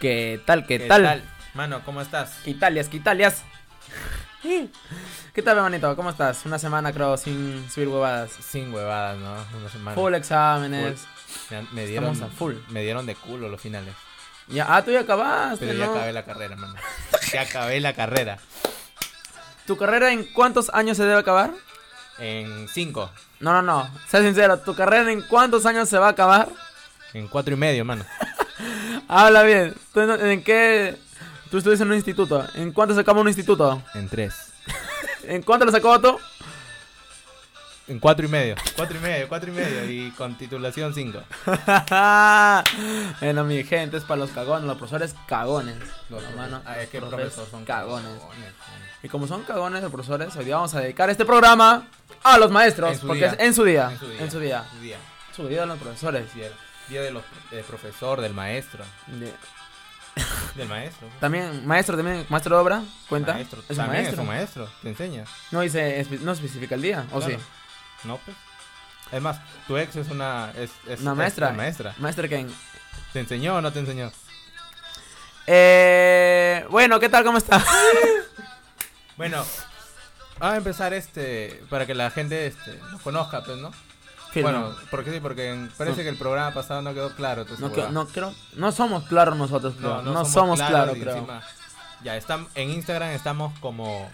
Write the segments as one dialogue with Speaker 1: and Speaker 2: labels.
Speaker 1: ¿Qué tal? ¿Qué, tal?
Speaker 2: Mano, ¿cómo estás?
Speaker 1: ¿Qué italias? ¿Qué italias? ¿Qué tal, manito? ¿Cómo estás? Una semana, creo, sin subir huevadas.
Speaker 2: Sin huevadas, ¿no? Una semana.
Speaker 1: Full exámenes.
Speaker 2: Me, han- me dieron
Speaker 1: Estamos a full.
Speaker 2: Me dieron de culo los finales.
Speaker 1: Ya, ah, tú ya acabaste,
Speaker 2: Pero ya
Speaker 1: ¿no?
Speaker 2: acabé la carrera, mano. Ya acabé la carrera.
Speaker 1: ¿Tu carrera en cuántos años se debe acabar?
Speaker 2: En cinco.
Speaker 1: No, no, no. Sé sincero, ¿tu carrera en cuántos años se va a acabar?
Speaker 2: En cuatro y medio, mano.
Speaker 1: Habla bien. ¿Tú en, en qué...? Tú estuviste en un instituto. ¿En cuánto se acaba un instituto?
Speaker 2: En tres.
Speaker 1: ¿En cuánto lo sacó tú?
Speaker 2: En cuatro y medio. Cuatro y medio, cuatro y medio. Y con titulación cinco.
Speaker 1: bueno, mi gente, es para los cagones, los profesores cagones. Los hermanos,
Speaker 2: Ah, es que
Speaker 1: los
Speaker 2: profesor son
Speaker 1: cagones. Y como son cagones los profesores, hoy día vamos a dedicar este programa a los maestros,
Speaker 2: En su
Speaker 1: porque
Speaker 2: día.
Speaker 1: es en su día,
Speaker 2: En su día.
Speaker 1: en su día.
Speaker 2: Su día.
Speaker 1: Su día a los profesores.
Speaker 2: Sí, era. Día de los, del profesor, del maestro.
Speaker 1: De-
Speaker 2: Del maestro.
Speaker 1: También, maestro, también, maestro de obra, cuenta.
Speaker 2: Maestro.
Speaker 1: es un
Speaker 2: También
Speaker 1: maestro.
Speaker 2: es un maestro. Te enseña.
Speaker 1: No dice, espe- no especifica el día, o
Speaker 2: Claro.
Speaker 1: sí.
Speaker 2: No, pues. Es más, tu ex es una. Es, es-
Speaker 1: Una
Speaker 2: es
Speaker 1: maestra.
Speaker 2: una maestra.
Speaker 1: Maestro Ken.
Speaker 2: ¿Te enseñó o no te enseñó?
Speaker 1: Eh, bueno, ¿qué tal? ¿Cómo está?
Speaker 2: Bueno, vamos a empezar este. Para que la gente este, nos conozca, pues, ¿no?
Speaker 1: Firme.
Speaker 2: Bueno, porque sí, porque en- parece
Speaker 1: No.
Speaker 2: que el programa pasado no quedó claro. entonces,
Speaker 1: no, creo-
Speaker 2: huevada.
Speaker 1: no creo, no somos claros nosotros, creo. No, somos, claros,
Speaker 2: y
Speaker 1: creo.
Speaker 2: encima- ya, están, en Instagram estamos como.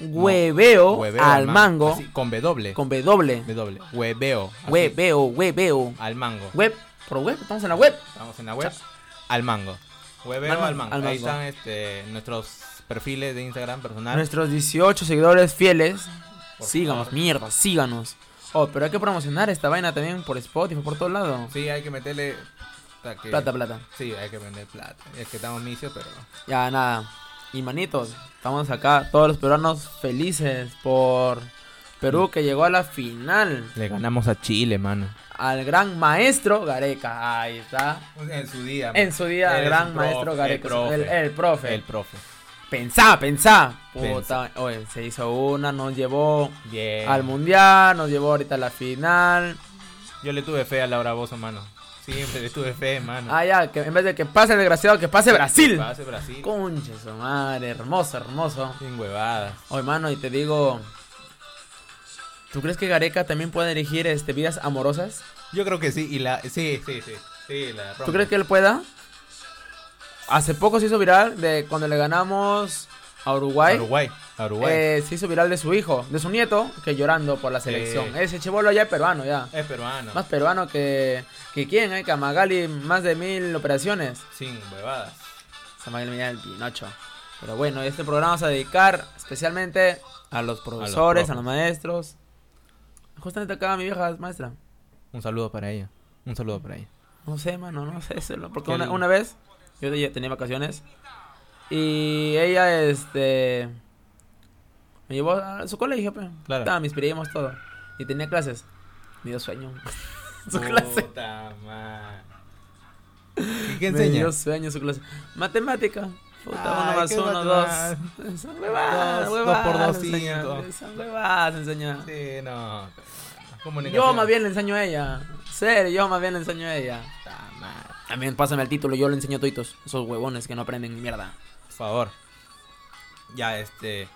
Speaker 1: Hueveo,
Speaker 2: hueveo
Speaker 1: al mango
Speaker 2: así, con B doble.
Speaker 1: con B doble.
Speaker 2: B doble. Hueveo. así,
Speaker 1: Hueveo, hueveo.
Speaker 2: Al mango.
Speaker 1: Web, por web, estamos en la web.
Speaker 2: Estamos en la web. Al mango. Hueveo
Speaker 1: Al
Speaker 2: al,
Speaker 1: man-
Speaker 2: mango.
Speaker 1: al
Speaker 2: Ahí
Speaker 1: mango.
Speaker 2: están este, nuestros perfiles de Instagram personal.
Speaker 1: Nuestros 18 seguidores fieles.
Speaker 2: Por
Speaker 1: síganos,
Speaker 2: favor.
Speaker 1: mierda, síganos. Oh, pero hay que promocionar esta vaina también por Spotify, por todos lados.
Speaker 2: Sí, hay que meterle. hasta que-
Speaker 1: Plata, plata.
Speaker 2: Sí, hay que vender plata. Es que estamos misios, pero.
Speaker 1: Ya, nada. Y manitos, estamos acá, todos los peruanos felices por Perú que llegó a la final.
Speaker 2: Le ganamos a Chile, mano.
Speaker 1: Al gran maestro Gareca. Ahí está.
Speaker 2: En su día.
Speaker 1: En su día,
Speaker 2: Él
Speaker 1: el
Speaker 2: es
Speaker 1: gran
Speaker 2: un profe,
Speaker 1: maestro Gareca.
Speaker 2: el profe.
Speaker 1: El, el profe.
Speaker 2: El profe.
Speaker 1: Pensá, pensá. Puta,
Speaker 2: Pensá. Eh.
Speaker 1: oye, se hizo una, nos llevó
Speaker 2: Bien.
Speaker 1: al mundial, nos llevó ahorita a la final.
Speaker 2: Yo le tuve fe a Laura Bozo, mano. Siempre le tuve fe, mano.
Speaker 1: Ah, ya, que en vez de que pase el desgraciado, que pase Brasil.
Speaker 2: Mm. Pase Brasil.
Speaker 1: Conche su madre, hermoso, hermoso.
Speaker 2: Sin huevadas.
Speaker 1: Oye, mano, y te digo. ¿Tú crees que Gareca también puede dirigir este, vidas amorosas?
Speaker 2: Yo creo que sí. Y la. Sí, sí, sí. Sí, la
Speaker 1: ¿Tú crees que él pueda? Hace poco se hizo viral de cuando le ganamos a Uruguay.
Speaker 2: Uruguay. A Uruguay.
Speaker 1: Eh, se hizo viral de su hijo, de su nieto, que llorando por la selección.
Speaker 2: Sí.
Speaker 1: Ese chivolo ya es peruano, ya.
Speaker 2: Es peruano.
Speaker 1: Más peruano que, que quién, ¿eh? Que a Magali, más de mil operaciones.
Speaker 2: Sin huevadas.
Speaker 1: San Miguel Millán del Pinocho. Pero bueno, este programa vamos a dedicar especialmente a los profesores, a los,
Speaker 2: profes.
Speaker 1: maestros. Justamente acá mi vieja es maestra.
Speaker 2: Un saludo para ella. Un saludo para ella.
Speaker 1: No sé, mano, no sé. solo Porque
Speaker 2: Qué
Speaker 1: una,
Speaker 2: lindo.
Speaker 1: una vez yo ya tenía vacaciones y ella, este. Me llevó a su colegio, pero.
Speaker 2: Claro.
Speaker 1: Estaban mis primos, todo. Y tenía clases. Me dio sueño. su clase.
Speaker 2: Puta madre. ¿Y qué
Speaker 1: Me
Speaker 2: enseña?
Speaker 1: dio sueño su clase. Matemática. Puta,
Speaker 2: Ay,
Speaker 1: uno más
Speaker 2: qué
Speaker 1: uno,
Speaker 2: matemática.
Speaker 1: dos. Son huevadas,
Speaker 2: Dos, dos
Speaker 1: huevadas
Speaker 2: por dos,
Speaker 1: enseñan,
Speaker 2: cinco.
Speaker 1: Son huevadas, enseñan.
Speaker 2: Sí, no.
Speaker 1: Yo más bien le enseño a ella. Serio, yo más bien le enseño a ella.
Speaker 2: Puta madre.
Speaker 1: También pásame el título, yo le enseño a tuitos. Esos huevones que no aprenden ni mierda.
Speaker 2: Por favor. Ya, este.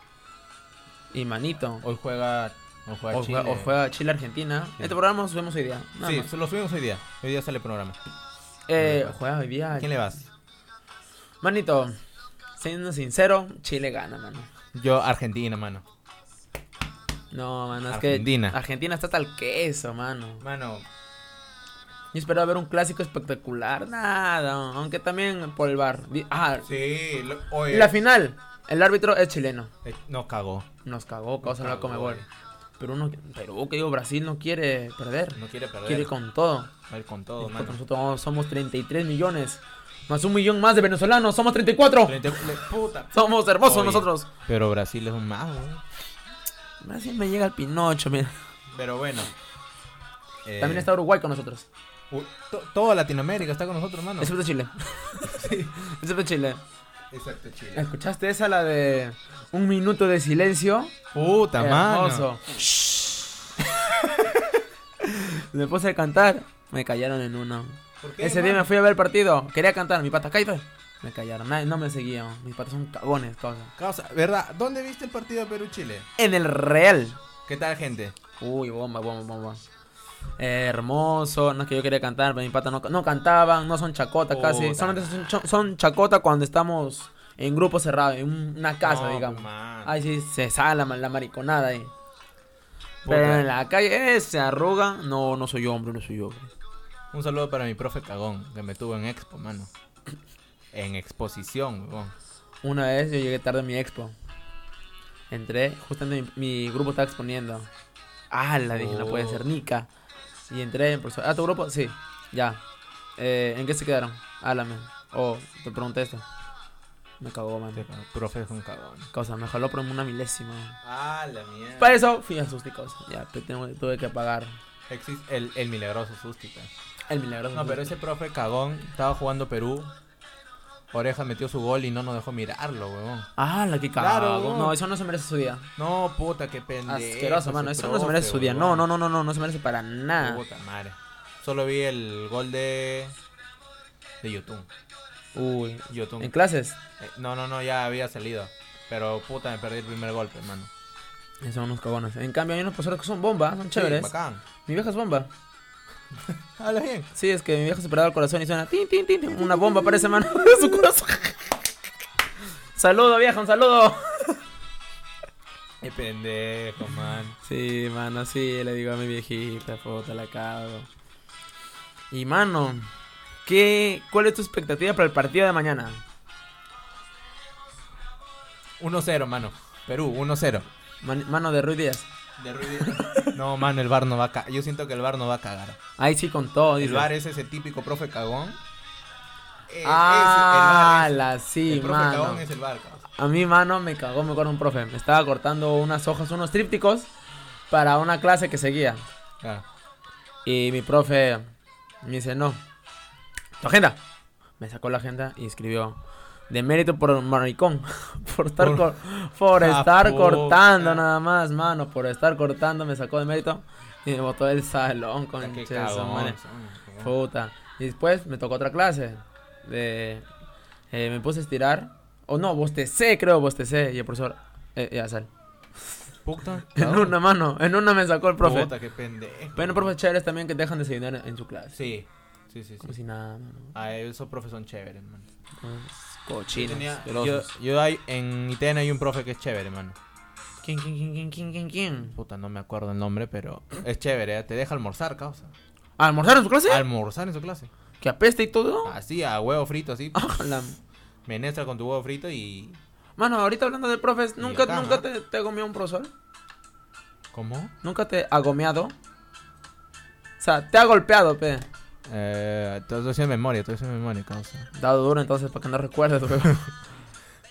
Speaker 1: Y manito.
Speaker 2: Hoy juega. Hoy juega
Speaker 1: O
Speaker 2: Chile.
Speaker 1: juega, o juega Chile-Argentina.
Speaker 2: Sí.
Speaker 1: Este programa lo subimos hoy día. nada
Speaker 2: Sí,
Speaker 1: más.
Speaker 2: se lo subimos hoy día. Hoy día sale el programa.
Speaker 1: Eh, juega hoy día.
Speaker 2: ¿Quién le vas?
Speaker 1: Manito, siendo sincero, Chile gana, mano.
Speaker 2: Yo, Argentina, mano.
Speaker 1: No, mano, es
Speaker 2: Argentina.
Speaker 1: que Argentina está tal queso, mano.
Speaker 2: Mano,
Speaker 1: Yo esperaba ver un clásico espectacular. Nada, aunque también por el bar. Di- Ah,
Speaker 2: sí. lo- oye.
Speaker 1: la final. El árbitro es chileno.
Speaker 2: Eh, no cagó.
Speaker 1: Nos cagó, causa la
Speaker 2: cagó,
Speaker 1: comebol.
Speaker 2: eh.
Speaker 1: Pero uno, Perú, que digo, Brasil no quiere perder.
Speaker 2: No quiere perder.
Speaker 1: Quiere ir con todo.
Speaker 2: Va a ir con todo, mano.
Speaker 1: Nosotros somos 33 millones. Más un millón más de venezolanos. Somos 34.
Speaker 2: Frente- le- puta.
Speaker 1: Somos hermosos
Speaker 2: Oye.
Speaker 1: nosotros.
Speaker 2: Pero Brasil es un mago. güey.
Speaker 1: Brasil me llega el Pinocho, mira.
Speaker 2: Pero bueno. Eh,
Speaker 1: También está Uruguay con nosotros.
Speaker 2: u- to- toda Latinoamérica está con nosotros, mano.
Speaker 1: Excepto Chile. Excepto Chile.
Speaker 2: Exacto, Chile.
Speaker 1: ¿Escuchaste esa, la de un minuto de silencio?
Speaker 2: Puta, mano.
Speaker 1: Hermoso. me puse a cantar. Me callaron en uno.
Speaker 2: ¿Por qué,
Speaker 1: Ese día
Speaker 2: mano?
Speaker 1: me fui a ver el partido. Quería cantar. Mi pata, cállate. Me callaron, nadie- no me seguían. Mis padres son cagones, causa.
Speaker 2: Causa, ¿verdad? ¿Dónde viste el partido Perú-Chile?
Speaker 1: En el Real.
Speaker 2: ¿Qué tal, gente?
Speaker 1: Uy, bomba, bomba, bomba. Eh, hermoso, no es que yo quería cantar, pero mi pata no, no cantaban, no son chacota casi.
Speaker 2: Puta.
Speaker 1: Solamente son, cho- son chacota cuando estamos en grupo cerrado, en un- una casa,
Speaker 2: No,
Speaker 1: digamos.
Speaker 2: man.
Speaker 1: Ahí sí se sale la, ma- la mariconada ahí.
Speaker 2: Puta.
Speaker 1: Pero en la calle eh, se arruga. No, no soy hombre, no soy hombre.
Speaker 2: Un saludo para mi profe Cagón, que me tuvo en expo, mano. En exposición, huevón.
Speaker 1: Una vez yo llegué tarde a mi expo. Entré, justamente mi, mi grupo estaba exponiendo. Ah, la dije, no puede
Speaker 2: Oh.
Speaker 1: ser, Nica. Y entré, profesor. ¿Ah, tu grupo? Sí, ya. Eh, ¿En qué se quedaron? Háblame. Oh, te pregunté esto. Me cagó,
Speaker 2: Este
Speaker 1: man.
Speaker 2: profe es un cagón.
Speaker 1: Cosa, me jaló por una milésima.
Speaker 2: Ah, la mierda.
Speaker 1: Para eso fui a sus ticos. Ya, te- tengo- tuve que pagar
Speaker 2: Existe el, el milagroso Sustica.
Speaker 1: el milagroso.
Speaker 2: No, pero ese profe Cagón estaba jugando Perú. Oreja metió su gol y no nos dejó mirarlo, huevón.
Speaker 1: Ah, la que cagó.
Speaker 2: Claro,
Speaker 1: no.
Speaker 2: no.
Speaker 1: eso no se merece su día.
Speaker 2: No, puta, qué pendejo.
Speaker 1: Asqueroso,
Speaker 2: ese
Speaker 1: mano. Eso no se
Speaker 2: profe,
Speaker 1: merece su día. No,
Speaker 2: huevón.
Speaker 1: no, no, no, no, no se merece para nada.
Speaker 2: Puta madre. Solo vi el gol de. de Yotun.
Speaker 1: Uy.
Speaker 2: Yotun.
Speaker 1: ¿En clases?
Speaker 2: Eh, no, no, no, ya había salido. Pero puta, me perdí el primer golpe, hermano.
Speaker 1: Son unos cagones. En cambio, hay unos profesores que son bomba, son chéveres.
Speaker 2: Sí, bacán.
Speaker 1: mi vieja es bomba.
Speaker 2: Habla bien.
Speaker 1: Sí, es que mi vieja se paraba el corazón y suena tin, tin, tin, tin, Una bomba parece mano su corazón. saludo, vieja, un saludo.
Speaker 2: Qué pendejo, man.
Speaker 1: Sí, mano, sí, le digo a mi viejita, puta, la cago. Y, mano, ¿qué, ¿cuál es tu expectativa para el partido de mañana?
Speaker 2: 1-0, mano. Perú, 1-0.
Speaker 1: Man- mano de Ruiz Díaz.
Speaker 2: No, mano, el bar no va a cagar. Yo siento que el bar no va a cagar.
Speaker 1: Ahí sí con todo,
Speaker 2: El
Speaker 1: dice.
Speaker 2: bar es ese típico profe cagón. Eh, ese,
Speaker 1: ah,
Speaker 2: el bar es-
Speaker 1: la sí,
Speaker 2: el profe
Speaker 1: mano.
Speaker 2: cagón es el bar, cabrón.
Speaker 1: A mi mano me cagó, me acuerdo un profe. Me estaba cortando unas hojas, unos trípticos para una clase que seguía.
Speaker 2: Ah.
Speaker 1: Y mi profe me dice, no, tu agenda. Me sacó la agenda y escribió, de mérito por maricón, por estar,
Speaker 2: Por-
Speaker 1: cor- por
Speaker 2: Ah,
Speaker 1: estar
Speaker 2: puta.
Speaker 1: cortando nada más, mano, por estar cortando, me sacó de mérito y me botó del salón,
Speaker 2: Puta,
Speaker 1: con
Speaker 2: qué cagón. son, huevón.
Speaker 1: Puta. Y después me tocó otra clase. De, eh, me puse a estirar. O no, bostecé, creo, bostecé. Y el profesor, eh, ya sal.
Speaker 2: Puta.
Speaker 1: En una mano, en una me sacó el profe.
Speaker 2: Puta, qué pendejo.
Speaker 1: Bueno, profes chéveres también que te dejan desayunar en su clase.
Speaker 2: Sí, sí, sí. sí.
Speaker 1: Como si nada, mano.
Speaker 2: Ah, esos profes son chéveres, man.
Speaker 1: Unos
Speaker 2: Yo,
Speaker 1: Cochinos.
Speaker 2: tenía- yo,
Speaker 1: asquerosos.
Speaker 2: yo hay, en ITN hay un profe que es chévere, man.
Speaker 1: ¿Quién, quién, quién, quién, quién, quién, quién?
Speaker 2: Puta, no me acuerdo el nombre, pero es chévere, ¿eh? te deja almorzar, causa.
Speaker 1: ¿Almorzaron en su clase?
Speaker 2: Almorzar en su clase.
Speaker 1: Que apeste y todo.
Speaker 2: Así, a huevo frito, así.
Speaker 1: Ah, la-
Speaker 2: Menestra con tu huevo frito y.
Speaker 1: Mano, ahorita hablando de profes, ¿nunca,
Speaker 2: acá,
Speaker 1: nunca
Speaker 2: ¿no?
Speaker 1: te, te agomió un profesor?
Speaker 2: ¿Cómo?
Speaker 1: ¿Nunca te ha agomeado? O sea, te ha golpeado, pe.
Speaker 2: Eh, todo eso es memoria, todo eso es memoria, causa.
Speaker 1: Dado duro entonces para que no recuerdes, weón.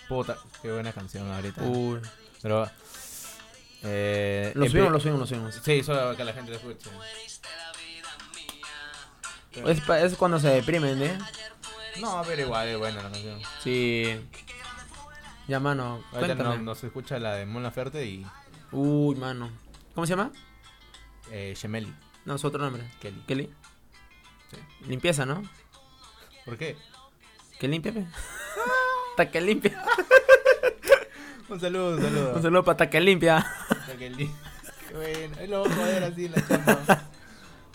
Speaker 2: Puta, qué buena canción ahorita.
Speaker 1: Uy.
Speaker 2: Pero. Eh,
Speaker 1: Uh. Lo
Speaker 2: en
Speaker 1: subimos,
Speaker 2: pri-
Speaker 1: lo subimos, lo subimos.
Speaker 2: Sí, solo que la gente lo escuche.
Speaker 1: Es, pa- es cuando se deprimen, ¿eh?
Speaker 2: No, pero igual es buena la canción.
Speaker 1: Sí. Ya, mano,
Speaker 2: Ahorita no,
Speaker 1: cuéntame.
Speaker 2: no se escucha la de Mon Laferte y
Speaker 1: Uy, mano. ¿Cómo se llama?
Speaker 2: eh, Gemelli.
Speaker 1: No, es otro nombre.
Speaker 2: Kelly.
Speaker 1: Kelly.
Speaker 2: Sí.
Speaker 1: Limpieza, ¿no?
Speaker 2: ¿Por qué?
Speaker 1: Que limpia, pe. Ta que limpia.
Speaker 2: Un saludo, un saludo.
Speaker 1: Un saludo para ta que limpia.
Speaker 2: Para que el- Bueno, ahí lo voy a joder así en la chamba.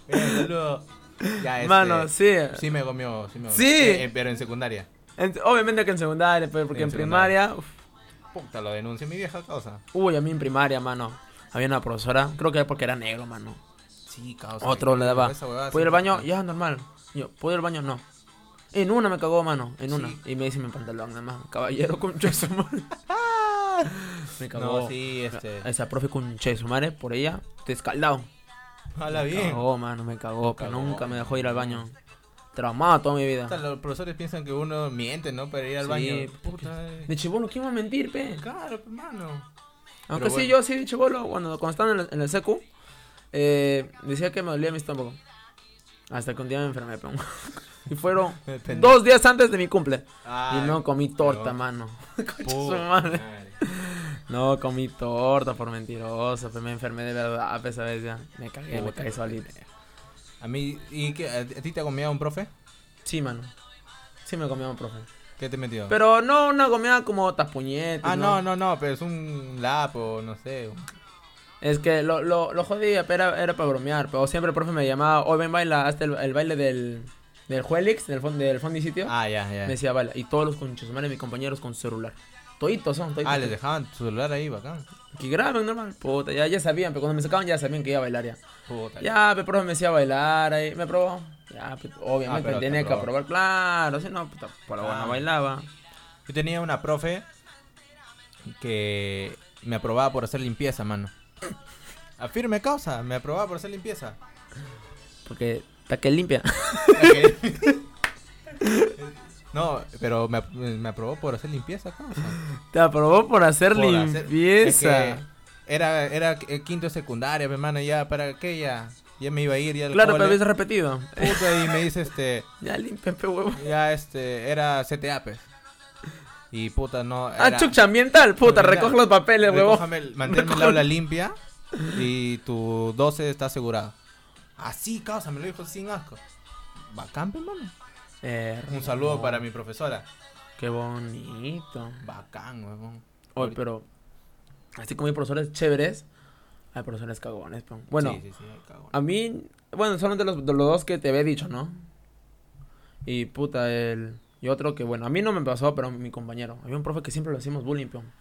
Speaker 2: Bueno, un saludo. Ya, este,
Speaker 1: Mano, sí.
Speaker 2: Sí me comió, sí me
Speaker 1: Sí.
Speaker 2: Eh, eh, pero en secundaria.
Speaker 1: En- obviamente que en secundaria, pe, porque
Speaker 2: Sí, en
Speaker 1: en,
Speaker 2: secundaria.
Speaker 1: primaria. uf.
Speaker 2: Puta, lo denuncié mi vieja causa.
Speaker 1: Uy, a mí en primaria, mano. Había una profesora, creo que era porque era negro, mano.
Speaker 2: Sí, causa.
Speaker 1: Otro le daba.
Speaker 2: Esa huevada
Speaker 1: ¿Puedo ir al
Speaker 2: siempre-
Speaker 1: baño? Ya, normal. Yo, ¿puedo ir al baño? No. En una me cagó, mano. En una.
Speaker 2: Sí.
Speaker 1: Y me dice mi pantalón, nada más. Caballero, concha de su madre. me cagó.
Speaker 2: No, sí, este.
Speaker 1: Esa profe concha de su madre, por ella, te escaldado.
Speaker 2: Habla
Speaker 1: Me
Speaker 2: bien.
Speaker 1: cagó, mano, me cagó. Que
Speaker 2: Cagó.
Speaker 1: nunca me dejó ir al baño. Traumado toda mi vida.
Speaker 2: Puta, los profesores piensan que uno miente, ¿no? Para ir al
Speaker 1: Sí,
Speaker 2: baño.
Speaker 1: porque-
Speaker 2: Puta. eh.
Speaker 1: De chivolo, ¿quién va a mentir, pe?
Speaker 2: Claro, hermano.
Speaker 1: Aunque
Speaker 2: Pero
Speaker 1: sí,
Speaker 2: bueno.
Speaker 1: yo sí, de chivolo, cuando, cuando estaba en el, en el secu, eh, decía que me dolía mi estómago. Hasta que un día me enfermé, pe. Y fueron dos días antes de mi cumple. Y no comí torta,
Speaker 2: no.
Speaker 1: mano. Concha su madre. No comí torta por mentiroso, pero me enfermé de verdad, a pesar de ya. Me cagué, me
Speaker 2: Puta,
Speaker 1: caí
Speaker 2: qué
Speaker 1: solito.
Speaker 2: A mí, ¿y qué? ¿A ti te ha comido un profe?
Speaker 1: Sí, mano. Sí me comió un profe.
Speaker 2: ¿Qué te metió?
Speaker 1: Pero no una gomeada como tapuñetes.
Speaker 2: ah, no, no, no, pero es un lapo, no sé.
Speaker 1: Es que lo, lo, lo jodía, pero era, era para bromear. Pero siempre el profe me llamaba, hoy ven baila, hasta el, el baile del, del Juelix, del, fond, del fondo y sitio.
Speaker 2: Ah, ya, ya.
Speaker 1: Me decía, baila. Y todos los conchos, madre, mis compañeros con celular. Toditos son, toditos.
Speaker 2: Ah, les dejaban tu celular ahí, bacán.
Speaker 1: Que graben normal. Puta, ya, ya sabían, pero cuando me sacaban ya sabían que iba a bailar ya.
Speaker 2: Puta.
Speaker 1: Ya, pero profe me decía bailar ahí. Me probó. Ya, pues, obviamente
Speaker 2: Ah, pero te
Speaker 1: tenía que
Speaker 2: probó.
Speaker 1: aprobar, claro. Si no, puta, por ahora
Speaker 2: Ah.
Speaker 1: no bailaba.
Speaker 2: Yo tenía una profe que me aprobaba por hacer limpieza, mano. Afirme causa, me aprobaba por hacer limpieza.
Speaker 1: Porque está que limpia.
Speaker 2: No, pero me, me aprobó por hacer limpieza, causa.
Speaker 1: Te aprobó por hacer
Speaker 2: Por hacer-
Speaker 1: limpieza.
Speaker 2: es que era, era el quinto de secundaria, mi hermano, ya, ¿para qué? Ya, ya me iba a ir, ya al
Speaker 1: Claro, pero
Speaker 2: cole.
Speaker 1: habías repetido.
Speaker 2: Puta, y me dice, este,
Speaker 1: Ya limpia, pe huevo.
Speaker 2: ya, este, era CTA, pues. Y puta, no,
Speaker 1: Ah,
Speaker 2: era-
Speaker 1: chucha ambiental, puta,
Speaker 2: Mira,
Speaker 1: recoge los papeles, huevo.
Speaker 2: Recójame el- Manténme el aula limpia y tu 12 está asegurado. Así, causa, me lo dijo sin asco. Bacán, pe, mano.
Speaker 1: Eh,
Speaker 2: Un saludo para mi profesora.
Speaker 1: Qué bonito.
Speaker 2: Bacán, huevón.
Speaker 1: Oye, pero. Así como hay profesores chéveres, hay profesores cagones, pe. Bueno,
Speaker 2: Sí, sí, sí, cagón.
Speaker 1: a mí. Bueno, son de los, de los dos que te había dicho, ¿no? Y puta, el. Y otro que, bueno, a mí no me pasó, pero mi compañero. Había un profe que siempre lo hacíamos bullying, peón.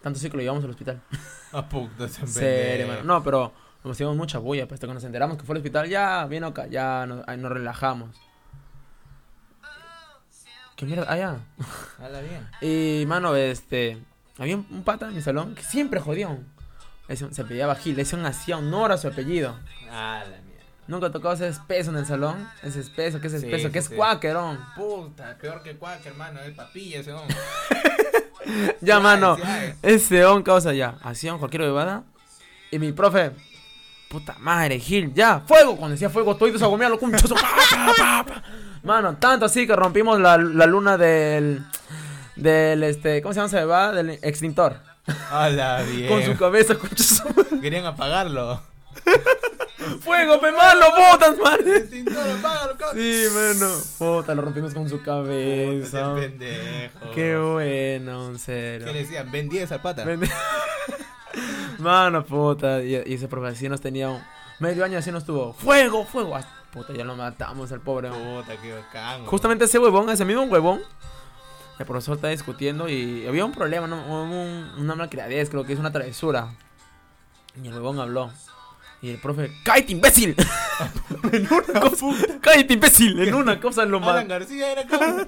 Speaker 1: Tanto sí que lo llevamos al hospital.
Speaker 2: Ah, puta, se
Speaker 1: En serio, mano. No, pero nos hicimos mucha bulla, pues hasta que nos enteramos que fue al hospital, ya vino acá, ya nos, ahí nos relajamos. ¿Qué mierda? Ah, ya.
Speaker 2: Hala bien.
Speaker 1: Y, mano, este. Había un, un pata en mi salón que siempre jodió. Ese- Se apellidaba Gil, le hacían así honor a su apellido.
Speaker 2: Hala mierda.
Speaker 1: Nunca tocaba ese espeso en el salón. Ese espeso, que es
Speaker 2: Sí,
Speaker 1: espeso,
Speaker 2: sí,
Speaker 1: que es
Speaker 2: sí.
Speaker 1: cuáquerón.
Speaker 2: Puta, peor que cuac, hermano, es papilla ese hombre.
Speaker 1: Ya,
Speaker 2: Sí,
Speaker 1: mano.
Speaker 2: sí hay.
Speaker 1: Ese on causa ya. Hacían cualquier bebada. Y mi profe. Puta madre, Gil, ya, fuego. Cuando decía fuego, todos agomeaban los cunchos. Pa, pa, pa, pa. Mano, tanto así que rompimos la, la luna del. Del este. ¿Cómo se llama esa bebada? Del extintor.
Speaker 2: Hala bien.
Speaker 1: Con su cabeza, cunchos.
Speaker 2: Querían apagarlo.
Speaker 1: fuego, pe mano, botas, madre.
Speaker 2: Cinturón, apágalo, causa.
Speaker 1: Sí, mano. Puta, lo rompimos con su cabeza.
Speaker 2: Ese pendejo.
Speaker 1: Qué bueno, en serio.
Speaker 2: ¿Qué le decían? Ven 10 al pata.
Speaker 1: Vende- Mano, puta. Y, y ese profe así nos tenía un medio año así nos tuvo. ¡Fuego, fuego! Ah, puta, ya lo matamos al pobre.
Speaker 2: Puta, qué bacán. güey.
Speaker 1: Justamente ese huevón, ese mismo huevón. El profesor está discutiendo y había un problema, ¿no? Hubo un- una malcriadez, creo que es una travesura. Y el huevón habló. Y el profe, ¡cállate, imbécil! en una cosa, ¡cállate, imbécil! En una cosa lo mató.
Speaker 2: Alan García era como.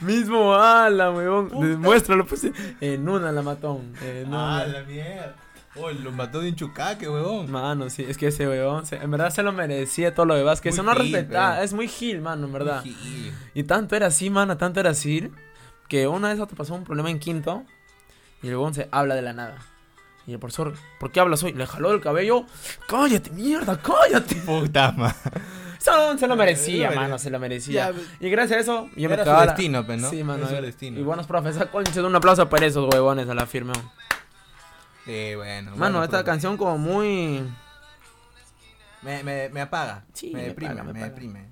Speaker 1: Mismo ala, huevón.
Speaker 2: Puta.
Speaker 1: Demuéstralo, pues. En una la mató. En una.
Speaker 2: ah, la mierda. Oh, lo mató de un chucaque, huevón.
Speaker 1: Mano, sí, es que ese weón, se- en verdad se lo merecía todo lo de Vázquez. Eso
Speaker 2: Muy
Speaker 1: no
Speaker 2: gil,
Speaker 1: respetaba,
Speaker 2: weón.
Speaker 1: es muy gil, mano, en verdad.
Speaker 2: Sí.
Speaker 1: Y tanto era así, mano, tanto era así, que una vez te pasó un problema en quinto y el weón se habla de la nada. Y el profesor, ¿por qué hablas hoy? Le jaló el cabello. Cállate, mierda, cállate.
Speaker 2: Puta madre.
Speaker 1: Eso no- se lo
Speaker 2: Eh,
Speaker 1: merecía,
Speaker 2: eh,
Speaker 1: mano, se lo merecía.
Speaker 2: ya,
Speaker 1: Y gracias a eso, yo me
Speaker 2: Era su
Speaker 1: cagaba. la-
Speaker 2: destino, pe, ¿no?
Speaker 1: Sí, mano.
Speaker 2: Era su
Speaker 1: y-
Speaker 2: destino.
Speaker 1: Y buenos profes, esa concha de un aplauso para esos huevones a la firme. weón.
Speaker 2: Sí, bueno.
Speaker 1: Mano,
Speaker 2: bueno,
Speaker 1: esta
Speaker 2: profe.
Speaker 1: canción como muy...
Speaker 2: Me, me, me apaga.
Speaker 1: Sí,
Speaker 2: me
Speaker 1: me
Speaker 2: deprime,
Speaker 1: apaga, me
Speaker 2: me
Speaker 1: apaga.
Speaker 2: deprime.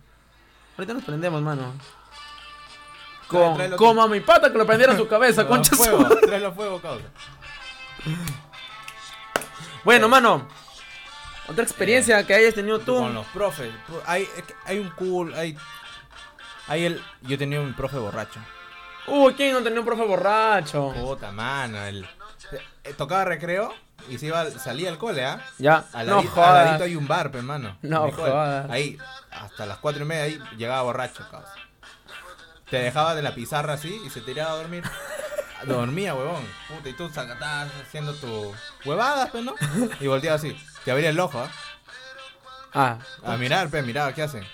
Speaker 1: Ahorita nos prendemos, mano.
Speaker 2: Trae-
Speaker 1: Con,
Speaker 2: tráelo
Speaker 1: como a mi pata que lo prendieron su cabeza,
Speaker 2: Ah,
Speaker 1: concha su-
Speaker 2: fuego, tráelo a fuego, causa.
Speaker 1: Bueno, mano. Otra experiencia
Speaker 2: Eh.
Speaker 1: que hayas tenido tú.
Speaker 2: Con los profes. pu- Hay, es que hay un cool, hay. Hay el. Yo tenía un profe borracho.
Speaker 1: Uy, ¿quién no tenía un profe borracho?
Speaker 2: Puta mano, el. eh, Tocaba recreo y se iba, al- salía al cole, ¿ah?
Speaker 1: Ya,
Speaker 2: Al,
Speaker 1: no
Speaker 2: ladi- al ladito
Speaker 1: jodas.
Speaker 2: hay un bar, pe, hermano.
Speaker 1: No
Speaker 2: En el cole.
Speaker 1: jodas.
Speaker 2: Ahí, hasta las cuatro y media, ahí llegaba borracho, causa. Te dejaba de la pizarra así y se tiraba a dormir. Dormía, huevón. Puta, y tú sacatabas haciendo tu huevadas, pe, ¿no? Y volteaba así. Te abría el ojo, ¿ah?
Speaker 1: Ah,
Speaker 2: A mirar, pe, miraba, ¿qué hacen?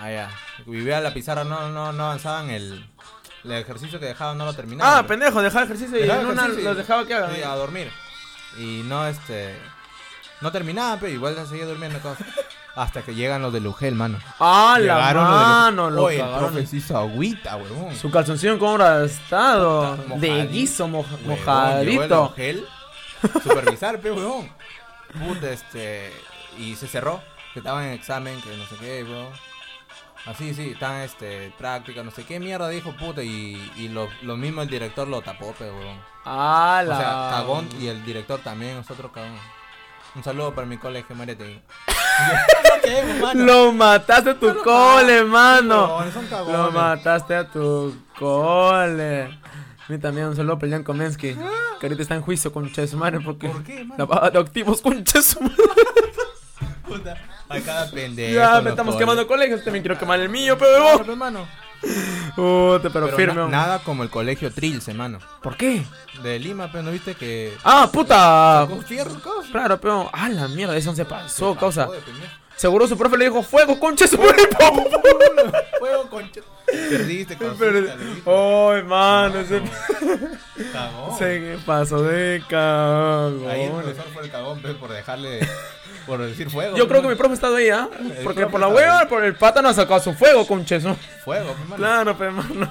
Speaker 2: Ah, ya. Vivía la pizarra, no, no, no avanzaban el. El ejercicio que dejaban no lo terminaban.
Speaker 1: ah
Speaker 2: pe.
Speaker 1: pendejo, dejaba ejercicio y
Speaker 2: Dejaba
Speaker 1: en una
Speaker 2: ejercicio y-
Speaker 1: los dejaba que hagan.
Speaker 2: sí, a dormir. Y no, este. No terminaba, pero igual seguía durmiendo cosas. Hasta que llegan los del UGEL, mano.
Speaker 1: Ah, la
Speaker 2: Llegaron los del
Speaker 1: mano,
Speaker 2: UGEL.
Speaker 1: lo
Speaker 2: Oye, el
Speaker 1: cagaron.
Speaker 2: profe se hizo agüita, huevón.
Speaker 1: Su calzoncillo como habrá estado.
Speaker 2: Puta,
Speaker 1: De
Speaker 2: mojadito,
Speaker 1: guiso, mo-
Speaker 2: Huevón, llegó el
Speaker 1: mojadito.
Speaker 2: UGEL, supervisar, pe, huevón. Puta, este. Y se cerró. Que estaban en examen, que no sé qué, huevón. Así, sí, están este, práctica, no sé qué mierda dijo, puta, y, y lo, lo mismo el director lo tapó, pe, huevón.
Speaker 1: Ah,
Speaker 2: O
Speaker 1: la.
Speaker 2: sea, cagón y el director también es otro cagón. Un saludo para mi colegio, Mariate.
Speaker 1: Lo mataste a tu cole, mano.
Speaker 3: Huevones, son cagones.
Speaker 1: Lo mataste a tu cole. A mí también un saludo para el Jan Komensky. Que ahorita está en juicio con Chesumare porque.
Speaker 2: ¿Por qué, mano?
Speaker 1: Lavada de activos con Chesumare.
Speaker 2: Puta, a cada pendejo.
Speaker 1: Ya,
Speaker 2: lo
Speaker 1: me estamos
Speaker 2: pone.
Speaker 1: quemando colegios. También quiero quemar el mío, pero.
Speaker 2: Claro,
Speaker 1: huevón.
Speaker 2: pe, pues, mano.
Speaker 1: Puta, pero,
Speaker 2: Pero
Speaker 1: firme.
Speaker 2: na-
Speaker 1: huevón.
Speaker 2: nada como el colegio Trills, hermano.
Speaker 1: ¿Por qué?
Speaker 2: De Lima, pero no viste que.
Speaker 1: Ah, puta.
Speaker 2: Con fierro, cosas.
Speaker 1: Claro, pero. Ah, la mierda, eso se pasó, causa.
Speaker 2: Joder, pendejo.
Speaker 1: Seguro su profe le dijo fuego, concha, su madre, pa, pa, pa.
Speaker 2: Fuego, concha. Perdiste,
Speaker 1: Pero-
Speaker 2: concha.
Speaker 1: Ay, mano, ese
Speaker 2: oh, Ah, Cagón.
Speaker 1: se pasó de cagón.
Speaker 2: Ahí el profesor fue el cagón, pe, por dejarle. Por decir fuego.
Speaker 1: Yo
Speaker 2: pe,
Speaker 1: creo que mi
Speaker 2: mano.
Speaker 1: profe está ahí, ¿ah?
Speaker 2: El
Speaker 1: Porque
Speaker 2: profe
Speaker 1: por la
Speaker 2: está
Speaker 1: hueva, por el pata no ha sacado su fuego, concha. su-
Speaker 2: Fuego, pe, mano.
Speaker 1: Claro, pero mano.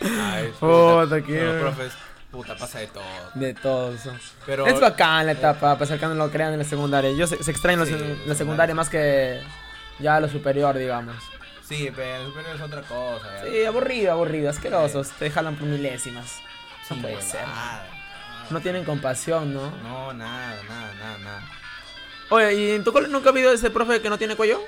Speaker 2: Ay,
Speaker 1: Puta,
Speaker 2: Oh, puta,
Speaker 1: qué-
Speaker 2: Pero, profes, puta, pasa de todo.
Speaker 1: De todo eso.
Speaker 2: Pero.
Speaker 1: Es bacán la etapa, a pesar que no lo crean en la secundaria. Yo se, se extraen los,
Speaker 2: Sí,
Speaker 1: en la
Speaker 2: la
Speaker 1: secundaria más que ya lo superior, digamos.
Speaker 2: Sí, pero el superior es otra cosa. ya.
Speaker 1: Sí, aburrido, aburrido, asquerosos. Te jalan por milésimas. No
Speaker 2: Sí,
Speaker 1: puede
Speaker 2: huevada.
Speaker 1: ser. No tienen compasión, ¿no?
Speaker 2: No, nada, nada, nada, nada.
Speaker 1: Oye, ¿y en tu cole nunca ha habido ese profe que no tiene cuello?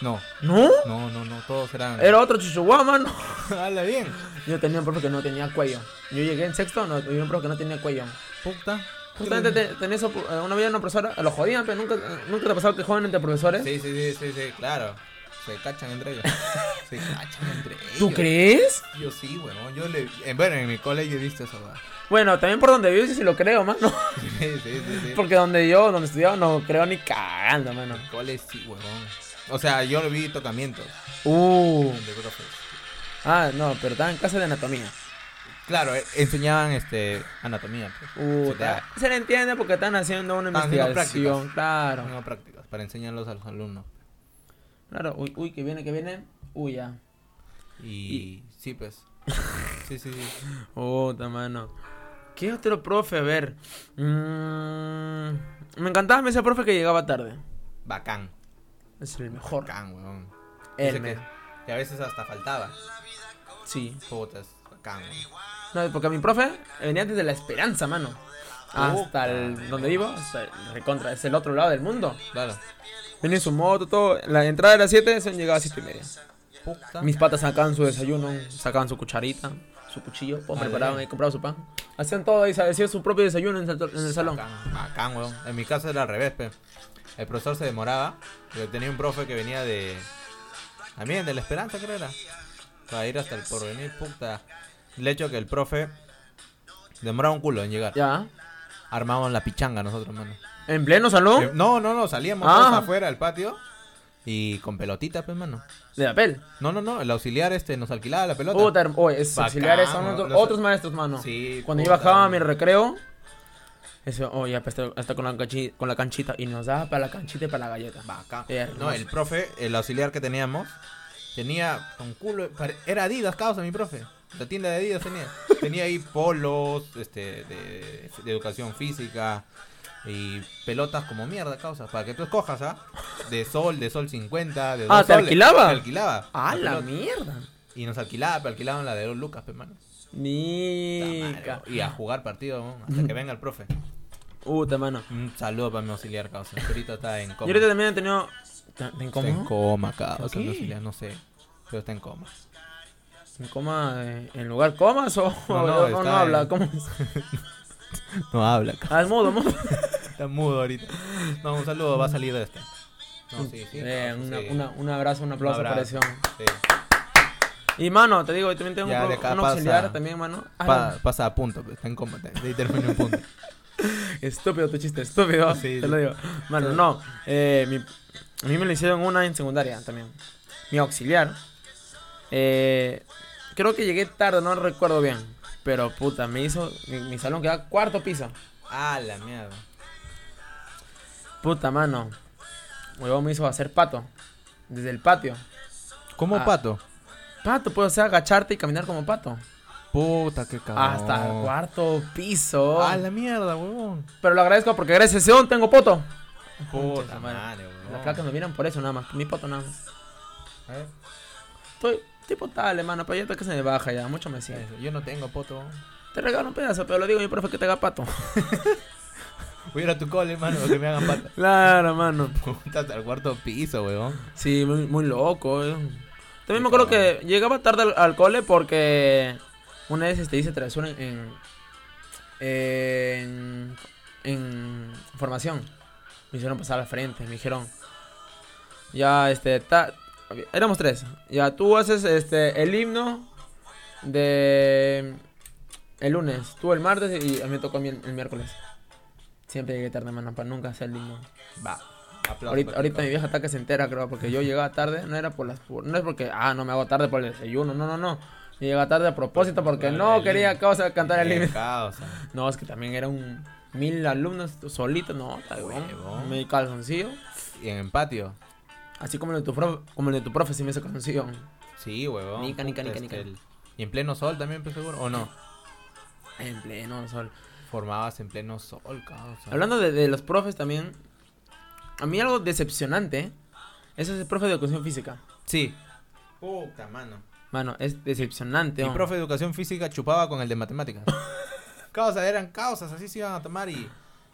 Speaker 2: No,
Speaker 1: ¿No?
Speaker 2: no, no, no, todos eran.
Speaker 1: Era otro chuchuá, mano.
Speaker 2: Habla bien.
Speaker 1: Yo tenía un profe que no tenía cuello. Yo llegué en sexto, no, tenía un profe que no tenía cuello.
Speaker 2: Puta.
Speaker 1: Justamente te- tenés opo- eh, una vida una profesora, lo jodían, pero nunca, nunca te ha pasado que joden entre profesores.
Speaker 2: Sí, sí, sí, sí, sí, claro. Se cachan entre ellos. Se cachan entre ellos.
Speaker 1: ¿Tú crees?
Speaker 2: Yo sí, weón. Yo le. eh, Bueno, en mi colegio he visto eso, weón.
Speaker 1: Bueno, también por donde vives sí lo creo, mano.
Speaker 2: Sí, sí, sí. sí.
Speaker 1: Porque donde yo, donde estudiaba, no creo ni cagando, mano.
Speaker 2: Mi cole sí, weón. O sea, yo le vi tocamientos
Speaker 1: Uh.
Speaker 2: de profes.
Speaker 1: Ah, no, pero estaba en clase de anatomía.
Speaker 2: Claro, eh, enseñaban este anatomía. pues.
Speaker 1: Uh,
Speaker 2: Se te da-
Speaker 1: se le entiende porque están haciendo una
Speaker 2: Están haciendo
Speaker 1: investigación,
Speaker 2: prácticas.
Speaker 1: claro.
Speaker 2: No prácticas para enseñarlos a los alumnos.
Speaker 1: Claro, uy, uy, que viene, que viene. Uy, ya.
Speaker 2: Y, sí, pues. Sí, sí, sí.
Speaker 1: Puta, mano. ¿Qué otro profe? A ver. mm, me encantaba ese profe que llegaba tarde.
Speaker 2: Bacán.
Speaker 1: Es el mejor.
Speaker 2: Bacán, weón.
Speaker 1: El
Speaker 2: Ese que,
Speaker 1: me-
Speaker 2: que a veces hasta faltaba.
Speaker 1: Sí.
Speaker 2: Putas, bacán. weón.
Speaker 1: No, porque mi profe venía desde la esperanza, mano. Hasta el. donde vivo, hasta el recontra, es el otro lado del mundo.
Speaker 2: Claro.
Speaker 1: Venía en su moto, todo. La entrada era 7, se llegaba a 7 y media.
Speaker 2: Puta.
Speaker 1: Ah. Mis patas sacaban su desayuno, sacaban su cucharita, su cuchillo, pues
Speaker 2: Madre.
Speaker 1: preparaban y compraban su pan. Hacían todo y se hacían su propio desayuno en el sal- en el salón.
Speaker 2: Bacán, bacán, weón. En mi casa era al revés, pe. El profesor se demoraba. Porque tenía un profe que venía de. También de la esperanza, creo era. Para ir hasta el porvenir, puta. El hecho que el profe demoraba un culo en llegar.
Speaker 1: Ya.
Speaker 2: Armábamos la pichanga nosotros, mano.
Speaker 1: ¿En pleno salón?
Speaker 2: Eh, No, no, no, salíamos
Speaker 1: Ah.
Speaker 2: todos afuera al patio y con pelotita, pues, mano.
Speaker 1: De papel.
Speaker 2: No, no, no, el auxiliar este nos alquilaba la pelota.
Speaker 1: Puta, herm- oye, esos
Speaker 2: Bacán,
Speaker 1: auxiliares son
Speaker 2: ¿no?
Speaker 1: otro-
Speaker 2: Los-
Speaker 1: otros maestros, mano.
Speaker 2: Sí,
Speaker 1: Cuando yo
Speaker 2: puta,
Speaker 1: bajaba a mi
Speaker 2: mano.
Speaker 1: recreo, ese, oye, hasta, hasta con, la canchi- con la canchita. Y nos daba para la canchita y para la galleta.
Speaker 2: Bacán.
Speaker 1: Hermoso.
Speaker 2: No, el profe, el auxiliar que teníamos, tenía un culo, pare- era Adidas, causa mi profe. La tienda de Adidas tenía. Tenía ahí polos, este, de, de educación física y pelotas como mierda, causa. Para que tú escojas, ¿ah? De sol, de sol 50, de
Speaker 1: Ah,
Speaker 2: dos
Speaker 1: ¿te
Speaker 2: soles.
Speaker 1: alquilaba?
Speaker 2: Te alquilaba.
Speaker 1: ¡Ah,
Speaker 2: La
Speaker 1: la
Speaker 2: pelota.
Speaker 1: mierda!
Speaker 2: Y nos alquilaba, pero alquilaban la de dos lucas, pues, mano.
Speaker 1: Nica.
Speaker 2: Y a jugar partido, ¿no? hasta que venga el profe.
Speaker 1: Puta, mano.
Speaker 2: Un saludo para mi auxiliar, causa. Ahorita está en
Speaker 1: Yo
Speaker 2: coma.
Speaker 1: ahorita también he tenido. ¿Te- te
Speaker 2: Está en
Speaker 1: incómodo?
Speaker 2: coma, causa.
Speaker 1: qué?
Speaker 2: Mi auxiliar, no sé. Pero está en coma.
Speaker 1: ¿En coma? eh, ¿En lugar comas o
Speaker 2: No,
Speaker 1: o
Speaker 2: no,
Speaker 1: no,
Speaker 2: está
Speaker 1: no habla?
Speaker 2: en-
Speaker 1: ¿Cómo es?
Speaker 2: No habla, causa.
Speaker 1: Ah, es mudo, mudo.
Speaker 2: Está mudo ahorita. No, un saludo, va a salir de este. No, sí, sí.
Speaker 1: Eh,
Speaker 2: causa,
Speaker 1: una-
Speaker 2: sí.
Speaker 1: una- un abrazo, un aplauso,
Speaker 2: abrazo.
Speaker 1: pareció.
Speaker 2: Sí.
Speaker 1: Y, mano, te digo, yo también tengo
Speaker 2: Ya,
Speaker 1: un,
Speaker 2: de
Speaker 1: pro-
Speaker 2: acá
Speaker 1: un auxiliar
Speaker 2: pasa-
Speaker 1: también, mano. Ah,
Speaker 2: Pa- pasa a punto, pues, está en coma. está- De ahí termina un punto.
Speaker 1: Estúpido tu chiste, estúpido.
Speaker 2: Sí,
Speaker 1: te
Speaker 2: sí.
Speaker 1: lo digo. Mano, no. eh, mi- a mí me lo hicieron una en secundaria también. Mi auxiliar. eh, creo que llegué tarde, no recuerdo bien. Pero puta, me hizo. Mi, mi salón quedaba cuarto piso.
Speaker 2: Ah, la mierda.
Speaker 1: Puta mano. Huevón me hizo hacer pato. Desde el patio.
Speaker 2: ¿Cómo
Speaker 1: Ah.
Speaker 2: pato?
Speaker 1: Pato, puedo hacer agacharte y caminar como pato.
Speaker 2: Puta, qué cabrón.
Speaker 1: Hasta el cuarto piso.
Speaker 2: Ah, la mierda, huevón.
Speaker 1: Pero lo agradezco porque gracias a ese don tengo poto. Puta madre.
Speaker 2: weón.
Speaker 1: Las placas me miran por eso nada más, por mi poto nada más.
Speaker 2: A ver,
Speaker 1: Estoy tipo tal, hermano, pero ya está que se me baja ya, mucho me sirve.
Speaker 2: eso, Yo no tengo poto.
Speaker 1: Te regalo un pedazo, pero lo digo a mi profe que te haga pato.
Speaker 2: Voy a ir a tu cole, hermano, que me hagan pata.
Speaker 1: Claro, mano.
Speaker 2: Puta, hasta el cuarto piso, weón.
Speaker 1: Sí, muy, muy loco. eh. También me acuerdo que llegaba tarde al, al cole porque una vez este, hice travesura en, en, en, en formación. Me hicieron pasar al frente, me dijeron, ya, este, ta- éramos tres. Ya, tú haces este, el himno de el lunes, tú el martes y a mí me tocó a mí el, el miércoles. Siempre llegué tarde, mano, para nunca hacer el himno.
Speaker 2: Va. Aplausos.
Speaker 1: Ahorita,
Speaker 2: para
Speaker 1: ahorita
Speaker 2: tu
Speaker 1: mi vieja está que se entera, creo, porque yo llegaba tarde, no era por las por- no es porque ah, no me hago tarde por el desayuno, no, no, no. Yo llegaba tarde a propósito porque
Speaker 2: Por
Speaker 1: no
Speaker 2: el
Speaker 1: quería
Speaker 2: himno.
Speaker 1: causa cantar el
Speaker 2: Qué
Speaker 1: himno.
Speaker 2: causa.
Speaker 1: No, es que también era un mil alumnos solito, no, está
Speaker 2: Huevón.
Speaker 1: Mi calzoncillo,
Speaker 2: Y en patio.
Speaker 1: así como el de tu profe, como el de tu profe sí me hizo calzoncillo.
Speaker 2: Sí, huevón.
Speaker 1: Nica, nica,
Speaker 2: Puta,
Speaker 1: nica,
Speaker 2: este,
Speaker 1: nica.
Speaker 2: el- Y en pleno sol también, pues seguro. ¿O no?
Speaker 1: En pleno sol.
Speaker 2: Ah. Formabas en pleno sol, causa.
Speaker 1: Hablando de, de los profes también, a mí algo decepcionante ese es el profe de educación física.
Speaker 2: Sí. Puta, mano.
Speaker 1: Mano, es decepcionante.
Speaker 2: Mi
Speaker 1: ¿no?
Speaker 2: profe de educación física chupaba con el de matemáticas. causas, eran causas, así se iban a tomar y,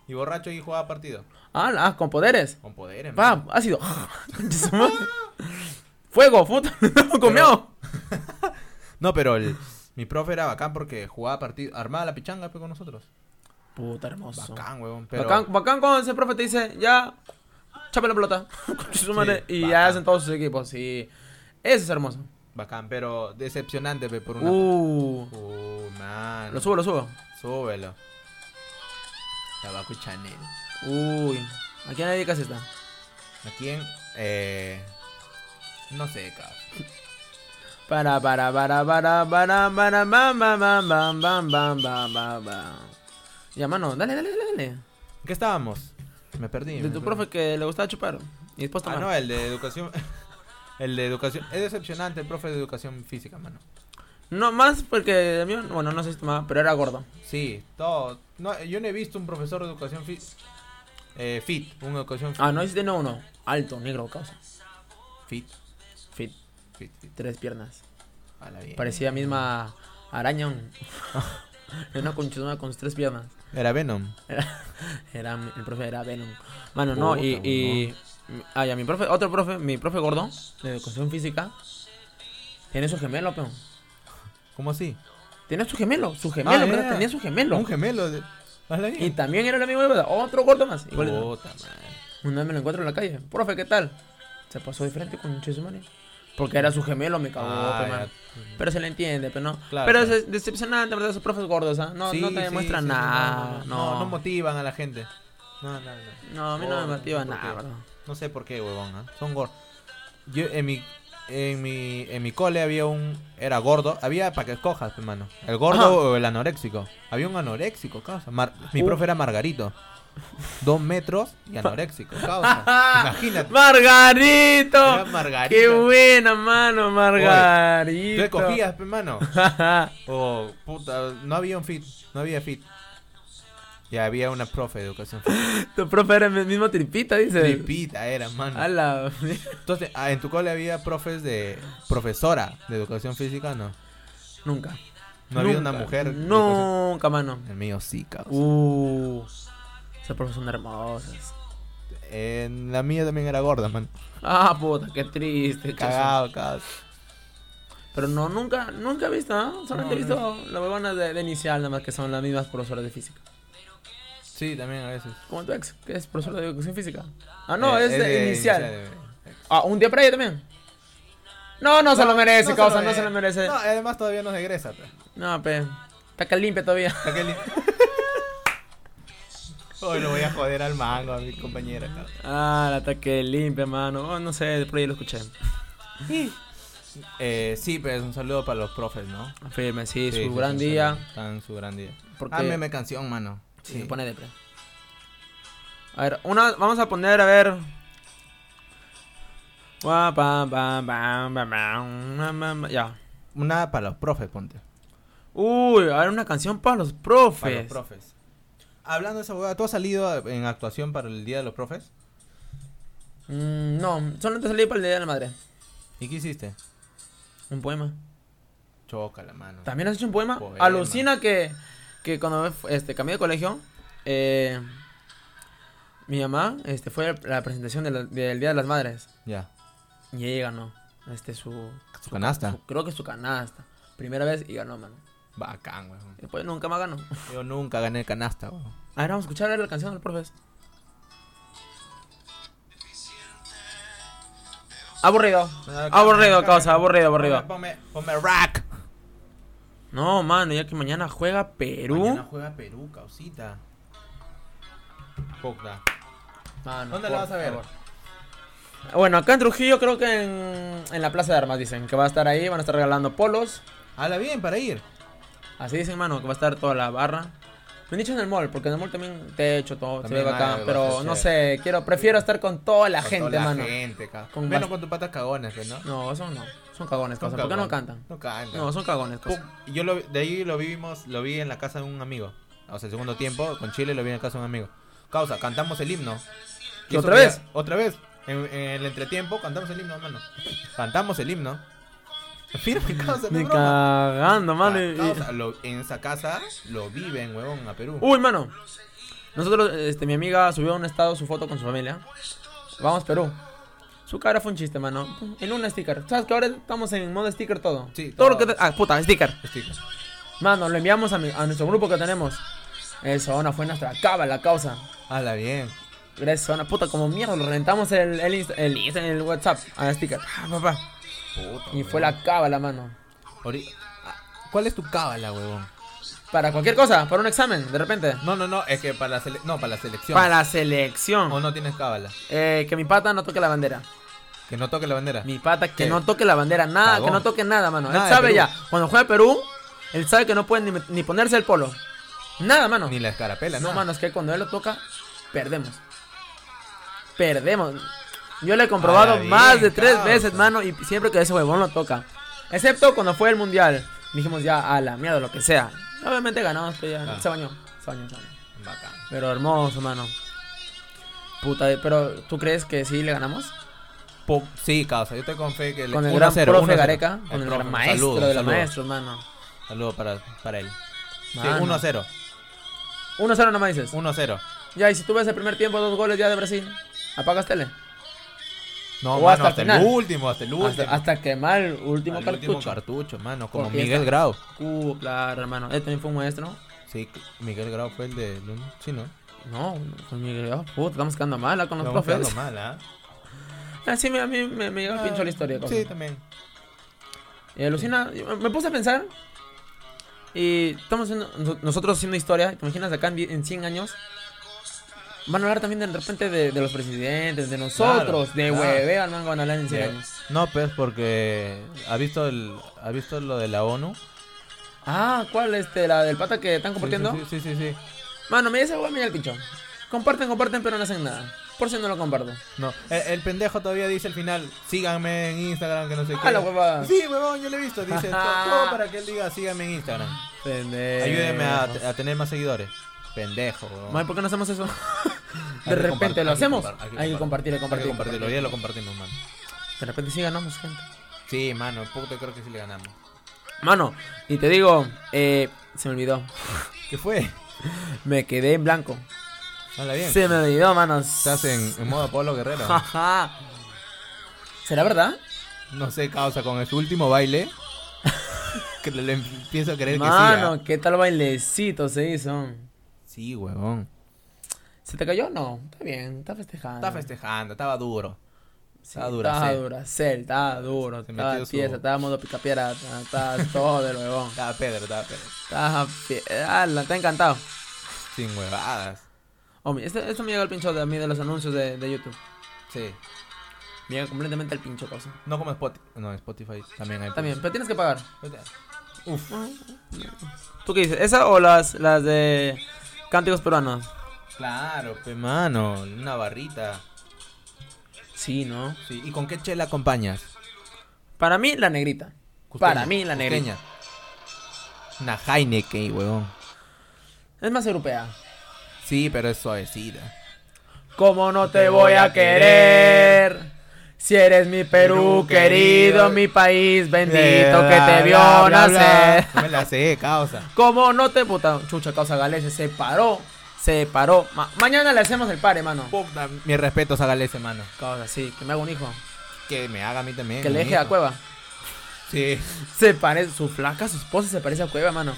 Speaker 2: y borracho ahí jugaba partido.
Speaker 1: Ah, ah, con poderes.
Speaker 2: Con poderes.
Speaker 1: Va,
Speaker 2: mano.
Speaker 1: ácido. Concha su madre. Fuego, puta. No, comió.
Speaker 2: No, pero el, mi profe era bacán porque jugaba partido, armaba la pichanga pues, con nosotros.
Speaker 1: Puta hermoso.
Speaker 2: Bacán, huevón. Pero
Speaker 1: Bacán, bacán cuando ese profe te dice, ya, chapa la pelota. Concha su madre. y ya
Speaker 2: bacán.
Speaker 1: hacen todos sus equipos. Y eso es hermoso.
Speaker 2: Bacán, pero decepcionante pe, por una.
Speaker 1: Uh,
Speaker 2: Uh, man.
Speaker 1: lo subo, lo subo.
Speaker 2: Súbelo. Tabaco Chanel.
Speaker 1: Uy. ¿A quién le dedicas esta?
Speaker 2: ¿A quién? Eh. No sé, cabrón.
Speaker 1: Para, para, para, para, para, para, bam, bam, bam, bam, bam, bam, bam, bam, bam. Ya, mano, dale, dale, dale, dale.
Speaker 2: ¿En ¿Qué estábamos? Me perdí.
Speaker 1: De
Speaker 2: me
Speaker 1: tu
Speaker 2: perdí.
Speaker 1: profe que le gustaba chupar. Y después
Speaker 2: Ah,
Speaker 1: tomar.
Speaker 2: no, el de educación. El de educación. Es decepcionante el profe de educación física, mano.
Speaker 1: No, más porque el mío, bueno, no sé si tomaba, pero era gordo.
Speaker 2: Sí, todo. No, yo no he visto un profesor de educación fit. Eh, fit, un educación
Speaker 1: Ah, no hiciste no uno. Alto, negro, causa.
Speaker 2: fit.
Speaker 1: Fit,
Speaker 2: Fit, fit.
Speaker 1: tres piernas.
Speaker 2: A la bien.
Speaker 1: Parecía misma araña. un- una conchudona con sus tres piernas.
Speaker 2: Era Venom.
Speaker 1: Era, el profe era Venom. Mano, no, y,
Speaker 2: Puta,
Speaker 1: y. Ah, ya, mi profe, otro profe, mi profe gordo, de educación física. Tiene su gemelo, peón.
Speaker 2: ¿Cómo así?
Speaker 1: Tiene su gemelo, su gemelo,
Speaker 2: Ah,
Speaker 1: ¿verdad?
Speaker 2: ya.
Speaker 1: Tenía su gemelo.
Speaker 2: Un gemelo. De... A la
Speaker 1: Y
Speaker 2: bien.
Speaker 1: también era el amigo de verdad, otro gordo más. Igual,
Speaker 2: Puta madre.
Speaker 1: Una vez me lo encuentro en la calle. Profe, ¿qué tal? Se pasó de frente con un chismane. Porque era su gemelo, me cagó,
Speaker 2: Ah,
Speaker 1: pe, man.
Speaker 2: ya.
Speaker 1: Pero se le entiende, pero no.
Speaker 2: Claro,
Speaker 1: pero
Speaker 2: claro.
Speaker 1: es decepcionante, ¿verdad? Esos profes gordos, ¿ah? No,
Speaker 2: Sí,
Speaker 1: no te
Speaker 2: sí,
Speaker 1: demuestran
Speaker 2: sí, sí,
Speaker 1: nada.
Speaker 2: no, no, no
Speaker 1: No, no,
Speaker 2: motivan a la gente. No, no, no.
Speaker 1: a mí no me
Speaker 2: Gordo,
Speaker 1: motiva
Speaker 2: no sé por
Speaker 1: nada,
Speaker 2: qué.
Speaker 1: bro.
Speaker 2: No sé por qué, huevón, ¿ah? Son gordos. Yo en mi en mi en mi cole había un era gordo, había para que escojas, hermano. El gordo
Speaker 1: Ajá.
Speaker 2: o el anoréxico. Había un anoréxico, causa. Mar- mi
Speaker 1: Uh.
Speaker 2: profe era Margarito. Dos metros y anoréxico, causa. Imagínate. Era
Speaker 1: ¡Margarito!
Speaker 2: Margarito.
Speaker 1: ¡Qué buena mano,
Speaker 2: Tú
Speaker 1: Margarito!
Speaker 2: escogías, hermano. O puta, no había un fit, no había fit. Y había una profe de educación física.
Speaker 1: tu profe era el mismo tripita, dice.
Speaker 2: Tripita era, mano.
Speaker 1: A la...
Speaker 2: Entonces, ah, en tu cole había profes de profesora de educación física, no.
Speaker 1: Nunca.
Speaker 2: No había
Speaker 1: Nunca.
Speaker 2: una mujer. de educación-
Speaker 1: Nunca, mano.
Speaker 2: El mío sí, cabrón.
Speaker 1: Uh, esas profes son hermosas.
Speaker 2: En la mía también era gorda, man.
Speaker 1: Ah, puta, qué triste. Cagado.
Speaker 2: Cagado, cagado.
Speaker 1: Pero no, nunca, nunca he visto, ¿no? Solamente he
Speaker 2: No,
Speaker 1: visto las huevonas de, de inicial, nada más que son las mismas profesoras de física.
Speaker 2: Sí, también a veces.
Speaker 1: Como tu ex, que es profesora de educación física. Ah, no,
Speaker 2: Eh,
Speaker 1: es, de, inicial.
Speaker 2: eh.
Speaker 1: Ah, un día previo también. No, no, se lo merece,
Speaker 2: No
Speaker 1: Eh, causa,
Speaker 2: lo
Speaker 1: no se lo merece.
Speaker 2: No, además todavía nos regresa, pe.
Speaker 1: No, pe. Taca limpia todavía.
Speaker 2: Aquel- Hoy lo voy a joder al mango, a mi compañera, cabrón.
Speaker 1: Ah, la taca limpia, mano. Oh, no sé, por ahí lo escuché.
Speaker 2: Eh, sí, pero un saludo para los profes, ¿no?
Speaker 1: Afirme, sí,
Speaker 2: Sí,
Speaker 1: su
Speaker 2: sí,
Speaker 1: gran
Speaker 2: sí,
Speaker 1: día.
Speaker 2: saludo. Tan su gran día.
Speaker 1: Porque-
Speaker 2: Hámeme canción, mano.
Speaker 1: Sí. Se pone depre. A ver, una, vamos a poner, a ver. Gua, pam, pam, pam, pam, pam, pam, pam, Ya.
Speaker 2: Una para los profes, ponte.
Speaker 1: Uy, a ver, una canción para los profes.
Speaker 2: Para los profes. Hablando de esa hueá, ¿tú has salido en actuación para el Día de los Profes?
Speaker 1: Mm, no, solamente salí para el día de la madre.
Speaker 2: ¿Y qué hiciste?
Speaker 1: Un poema.
Speaker 2: Choca la mano.
Speaker 1: ¿También has hecho un poema?
Speaker 2: Poema.
Speaker 1: Alucina que, que cuando me fu- este, cambié de colegio, eh, mi mamá este, fue a la presentación de la- del Día de las Madres.
Speaker 2: Ya.
Speaker 1: Y ella ganó este, su,
Speaker 2: Su canasta.
Speaker 1: su- creo que su canasta. Primera vez y ganó, mano.
Speaker 2: Bacán, weón.
Speaker 1: Después pues nunca más ganó.
Speaker 2: Yo nunca gané canasta, weón.
Speaker 1: A ver, vamos a escuchar a ver la canción del profes. Aburrido. Aburrido, causa, aburrido, aburrido.
Speaker 2: Ah, Ponme, ponme rack.
Speaker 1: No, mano, ya que mañana juega
Speaker 2: Mañana
Speaker 1: Perú.
Speaker 2: juega Perú, causita. Pogda.
Speaker 1: Mano,
Speaker 2: ¿Dónde la
Speaker 1: por
Speaker 2: vas a ver?
Speaker 1: favor. Bueno, acá en Trujillo creo que en, en la Plaza de Armas dicen que va a estar ahí, van a estar regalando polos.
Speaker 2: Hala bien para ir.
Speaker 1: Así dicen, mano, que va a estar toda la barra. Me han dicho en el mall, porque en el mall también te he hecho todo,
Speaker 2: También
Speaker 1: se ve
Speaker 2: hay
Speaker 1: bacán,
Speaker 2: algo,
Speaker 1: pero
Speaker 2: sí,
Speaker 1: no
Speaker 2: sí.
Speaker 1: sé, quiero, prefiero estar con toda la
Speaker 2: Con
Speaker 1: gente,
Speaker 2: toda
Speaker 1: mano.
Speaker 2: La gente, ca-
Speaker 1: Con
Speaker 2: Menos
Speaker 1: bas-
Speaker 2: con tus patas cagones, pues, ¿no?
Speaker 1: No, son no, son cagones,
Speaker 2: Son
Speaker 1: cosa. ¿por qué no
Speaker 2: cagones.
Speaker 1: cantan?
Speaker 2: No cantan.
Speaker 1: No, son cagones,
Speaker 2: Pum,
Speaker 1: cosa.
Speaker 2: y Yo lo, de ahí lo vimos, lo vi en la casa de un amigo. O sea, el segundo tiempo, con Chile lo vi en la casa de un amigo. Causa, cantamos el himno.
Speaker 1: ¿Y
Speaker 2: eso
Speaker 1: otra
Speaker 2: que-
Speaker 1: vez?
Speaker 2: Otra vez. En, en el entretiempo cantamos el himno, hermano. Cantamos el himno. Firme, causa, no
Speaker 1: Ni
Speaker 2: es broma.
Speaker 1: cagando, mano. y- Uh. y-
Speaker 2: Causa, lo- en esa casa lo viven, huevón, a Perú.
Speaker 1: Uy, mano. Nosotros, este, mi amiga subió a un estado su foto con su familia. Vamos, Perú. Su cara fue un chiste, mano. En un sticker. ¿Sabes que ahora estamos en modo sticker todo?
Speaker 2: Sí,
Speaker 1: todo.
Speaker 2: todo.
Speaker 1: lo que te- Ah, puta, sticker.
Speaker 2: Este,
Speaker 1: Mano, lo enviamos a, mi- a nuestro grupo que tenemos. Eso, Ona, fue nuestra cava la causa.
Speaker 2: Hala bien.
Speaker 1: Gracias, Ona. Puta, como mierda, lo rentamos el, el, Insta- el, Insta- el WhatsApp a sticker. Ah, papá.
Speaker 2: Puta,
Speaker 1: Y
Speaker 2: huevón.
Speaker 1: fue la cábala, mano.
Speaker 2: Ori- ah, ¿Cuál es tu cábala, huevón?
Speaker 1: Para cualquier cosa, para un examen, de repente.
Speaker 2: No, no, no, es que para la, sele- no, para la selección.
Speaker 1: Para la selección.
Speaker 2: O no tienes cábala.
Speaker 1: Eh, que mi pata no toque la bandera.
Speaker 2: Que no toque la bandera.
Speaker 1: Mi pata que
Speaker 2: ¿Qué?
Speaker 1: no toque la bandera, nada,
Speaker 2: Cagón.
Speaker 1: que no toque nada, mano.
Speaker 2: Nada
Speaker 1: él
Speaker 2: de
Speaker 1: sabe
Speaker 2: Perú.
Speaker 1: ya, cuando juega Perú, él sabe que no puede ni, ni ponerse el polo. Nada, mano.
Speaker 2: Ni la escarapela,
Speaker 1: no,
Speaker 2: nada.
Speaker 1: mano, es que cuando él lo toca, perdemos. Perdemos. Yo lo he comprobado
Speaker 2: Ala,
Speaker 1: más
Speaker 2: bien,
Speaker 1: de tres
Speaker 2: causa.
Speaker 1: veces, mano, y siempre que ese huevón lo toca. Excepto cuando fue el mundial. Dijimos ya, a la mierda, lo que sea. Obviamente ganamos, pero ya
Speaker 2: Ah.
Speaker 1: se bañó. Se bañó, se bañó.
Speaker 2: Bacán.
Speaker 1: Pero hermoso, mano. Puta, eh, pero ¿tú crees que sí le ganamos?
Speaker 2: Po- sí, causa, yo te confío que
Speaker 1: Con el
Speaker 2: 1-0,
Speaker 1: gran
Speaker 2: 1-0.
Speaker 1: profe Gareca, con el,
Speaker 2: profe,
Speaker 1: gran maestro de
Speaker 2: saludo,
Speaker 1: los
Speaker 2: saludo.
Speaker 1: maestros, mano.
Speaker 2: Saludo para, para él. Sí,
Speaker 1: Mano.
Speaker 2: 1-0.
Speaker 1: 1-0 nomás dices.
Speaker 2: 1-0.
Speaker 1: Ya, y si tú ves el primer tiempo, dos goles ya de Brasil, apagas tele. O
Speaker 2: No, mano,
Speaker 1: hasta
Speaker 2: hasta,
Speaker 1: el final.
Speaker 2: el último, hasta el último.
Speaker 1: Hasta, hasta quemar el último
Speaker 2: Al
Speaker 1: cartucho.
Speaker 2: último cartucho, mano, como
Speaker 1: Porque
Speaker 2: Miguel
Speaker 1: está-
Speaker 2: Grau.
Speaker 1: Uh, claro, hermano. Él también fue un maestro.
Speaker 2: Sí, Miguel Grau fue el de Luna. Sí, ¿no?
Speaker 1: No, con mi oh, puta, estamos quedando mal ah, con los
Speaker 2: Estamos quedando
Speaker 1: profes.
Speaker 2: mal, ¿ah?
Speaker 1: Así me, a mí me, me llegó el pincho la historia. cosa.
Speaker 2: Sí, también.
Speaker 1: Y Eh, alucina, yo me puse a pensar. Y estamos haciendo- nos- nosotros haciendo historia. ¿Te imaginas acá en, die- en 100 años? Van a hablar también de repente de, de los presidentes, de nosotros, de
Speaker 2: claro.
Speaker 1: huevean, no van a hablar en 100 años.
Speaker 2: No, pues porque ha visto el ha visto lo de la ONU.
Speaker 1: Ah, ¿cuál? Este, la del pata que están compartiendo.
Speaker 2: Sí, sí, sí, sí, sí.
Speaker 1: Mano, me dice, güey, mira el pincho. Comparten, comparten, pero no hacen nada. Por si no lo comparto.
Speaker 2: No, el, el pendejo todavía dice al final, síganme en Instagram que no sé
Speaker 1: Ah,
Speaker 2: qué.
Speaker 1: la huevada.
Speaker 2: Sí, huevón, yo lo he visto, dice to- todo para que él diga, síganme en Instagram.
Speaker 1: Pendejo.
Speaker 2: Ayúdenme a, a tener más seguidores. Pendejo, huevón.
Speaker 1: Man, ¿por qué no hacemos eso?
Speaker 2: Hay
Speaker 1: De
Speaker 2: que
Speaker 1: repente
Speaker 2: compartir,
Speaker 1: lo
Speaker 2: hay que
Speaker 1: hacemos.
Speaker 2: compar-
Speaker 1: Hay que compartir, hay que
Speaker 2: Hay que
Speaker 1: compartir.
Speaker 2: compartirlo, ya lo compartimos, mano.
Speaker 1: De repente sí ganamos, gente.
Speaker 2: Sí, mano, puta, creo que sí le ganamos.
Speaker 1: Mano, y te digo, eh, se me olvidó.
Speaker 2: ¿Qué fue?
Speaker 1: Me quedé en blanco.
Speaker 2: Habla bien.
Speaker 1: Se me olvidó, mano.
Speaker 2: Estás en, en modo Pablo Guerrero.
Speaker 1: Ajá. ¿Será verdad?
Speaker 2: no sé, causa, con su último baile. que le, le empiezo a creer que sí.
Speaker 1: Mano, qué tal bailecito se hizo.
Speaker 2: ¿ah? Sí, huevón.
Speaker 1: ¿Se te cayó? No, está bien, está festejando.
Speaker 2: Estaba festejando, estaba duro.
Speaker 1: Sí,
Speaker 2: Estaba dura,
Speaker 1: Estaba
Speaker 2: sí.
Speaker 1: dura, cel, estaba duro.
Speaker 2: Se
Speaker 1: Estaba
Speaker 2: metió su-
Speaker 1: pieza, estaba modo picapiedra, estaba todo el huevón.
Speaker 2: Estaba Pedro, estaba Pedro.
Speaker 1: Estaba piedra, está encantado.
Speaker 2: Sin huevadas.
Speaker 1: Hombre, esto, esto me llega al pincho de a mí de los anuncios de, de YouTube.
Speaker 2: Sí.
Speaker 1: Me llega completamente al pincho, cosa.
Speaker 2: No como Spotify. No, Spotify también hay. pues.
Speaker 1: También, pero tienes que pagar. Ah,
Speaker 2: Uf.
Speaker 1: ¿Tú qué dices? ¿Esa o las, las de cánticos peruanos?
Speaker 2: Claro, pe mano. Una barrita.
Speaker 1: Sí, ¿no?
Speaker 2: Sí. ¿Y con qué chela acompañas?
Speaker 1: Para mí, la negrita.
Speaker 2: Costeña,
Speaker 1: Para mí, la negrita.
Speaker 2: costeña. Una Heineken, huevón.
Speaker 1: Es más europea.
Speaker 2: Sí, pero es suavecita.
Speaker 1: ¿Cómo no te voy a querer? Si eres mi Perú
Speaker 2: Perú
Speaker 1: querido,
Speaker 2: querido,
Speaker 1: mi país bendito que
Speaker 2: Bla,
Speaker 1: te
Speaker 2: bla,
Speaker 1: vio
Speaker 2: bla, bla.
Speaker 1: nacer.
Speaker 2: No me la sé, causa.
Speaker 1: ¿Cómo no te puta? Chucha, causa Galese, se paró, se paró. Ma- mañana le hacemos el par, hermano.
Speaker 2: Puta, Mi respeto a Galés, hermano.
Speaker 1: Causa, sí, que me haga un hijo.
Speaker 2: Que me haga a mí también.
Speaker 1: Que le
Speaker 2: un
Speaker 1: deje a
Speaker 2: hijo.
Speaker 1: Cueva.
Speaker 2: Sí.
Speaker 1: Se parece, su flaca, su esposa se parece a Cueva, hermano.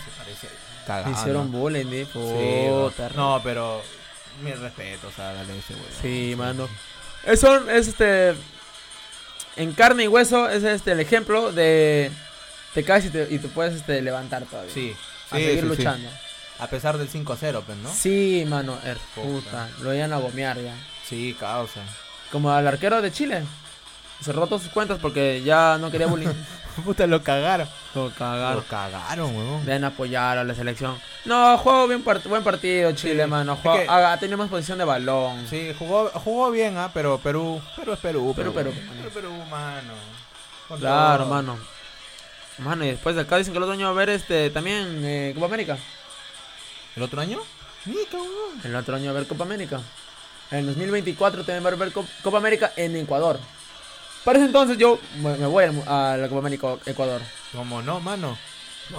Speaker 2: Cagado,
Speaker 1: Le hicieron
Speaker 2: Ah, ¿no?
Speaker 1: bullying, eh.
Speaker 2: Sí,
Speaker 1: Puta,
Speaker 2: güey. No, pero. Mi respeto a Galés, güey.
Speaker 1: Sí, mano. Eh, Son, es este. En carne y hueso es este el ejemplo de. Te caes y te, y te puedes este, levantar todavía.
Speaker 2: Sí.
Speaker 1: A
Speaker 2: sí,
Speaker 1: seguir
Speaker 2: sí, sí.
Speaker 1: luchando.
Speaker 2: A pesar del 5-0, pues, ¿no?
Speaker 1: Sí, mano. er,
Speaker 2: Puta.
Speaker 1: puta. Lo iban a gomear ya.
Speaker 2: Sí, causa.
Speaker 1: Como al arquero de Chile. Cerró todas sus cuentas porque ya no quería bullying.
Speaker 2: Puta, lo cagaron.
Speaker 1: Todo cagado.
Speaker 2: Lo cagaron, weón.
Speaker 1: Deben apoyar a la selección. No, jugó bien part- buen partido Chile,
Speaker 2: Sí.
Speaker 1: mano.
Speaker 2: Es
Speaker 1: Jugó-
Speaker 2: que-
Speaker 1: ha, ha tenido más posición de balón.
Speaker 2: Sí, jugó, jugó bien, ¿ah? Pero Perú. Perú es Perú.
Speaker 1: Perú,
Speaker 2: pero
Speaker 1: Perú.
Speaker 2: Perú, Perú, mano. Con
Speaker 1: Claro,
Speaker 2: todo.
Speaker 1: mano. Mano, y después de acá dicen que el otro año va a haber este también eh, Copa América.
Speaker 2: ¿El otro año? Ni, cabrón.
Speaker 1: El otro año va a haber Copa América. En 2024 también va a haber Co- Copa América en Ecuador. Para ese entonces yo me me voy al mu- a la Copa América Ecuador.
Speaker 2: ¿Cómo no, mano?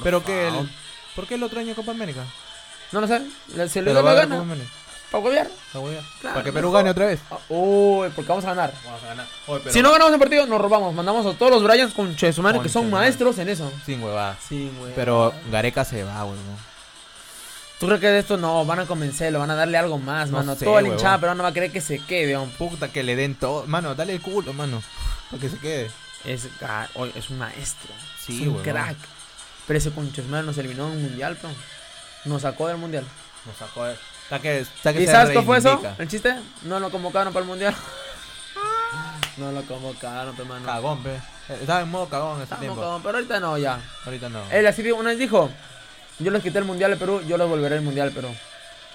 Speaker 2: pero que
Speaker 1: favor.
Speaker 2: el, ¿Por qué el otro año Copa América?
Speaker 1: No lo sé, le- si le gana,
Speaker 2: Pero va a haber
Speaker 1: gana.
Speaker 2: Copa América.
Speaker 1: Para gobernar.
Speaker 2: La voy a-
Speaker 1: Claro,
Speaker 2: Para que
Speaker 1: mejor.
Speaker 2: Perú gane otra vez.
Speaker 1: Ah, Uy, porque vamos a ganar.
Speaker 2: Vamos a ganar. Oye, pero
Speaker 1: Si no ganamos el partido, nos robamos. Mandamos a todos los Bryans con su madre que
Speaker 2: Concha
Speaker 1: son
Speaker 2: su madre.
Speaker 1: maestros en eso.
Speaker 2: Sin huevada.
Speaker 1: Sí, güey.
Speaker 2: Pero Gareca se va, weón.
Speaker 1: ¿Tú crees que de esto no? Van a convencer, lo van a darle algo más,
Speaker 2: No
Speaker 1: mano.
Speaker 2: sé,
Speaker 1: Todo el
Speaker 2: huevón.
Speaker 1: hinchada pero no va a querer que se quede, aún.
Speaker 2: Puta, que le den todo. Mano, dale el culo, mano. Para que se quede.
Speaker 1: Es, ga- oye, es un maestro.
Speaker 2: Sí,
Speaker 1: es un
Speaker 2: huevón.
Speaker 1: crack. Pero ese conchesmal nos eliminó en un mundial, pero Nos sacó del mundial.
Speaker 2: Nos sacó de... Saque,
Speaker 1: ¿Y sabes qué fue eso? ¿El chiste? No lo convocaron para el mundial. No lo convocaron, pero mano.
Speaker 2: Cagón, pe. Eh, Estaba en modo cagón en ese
Speaker 1: Estamos
Speaker 2: tiempo.
Speaker 1: con- pero ahorita no, ya.
Speaker 2: Ahorita no.
Speaker 1: Él así dijo- una vez dijo: Yo les quité el mundial de Perú, yo les volveré el mundial de Perú.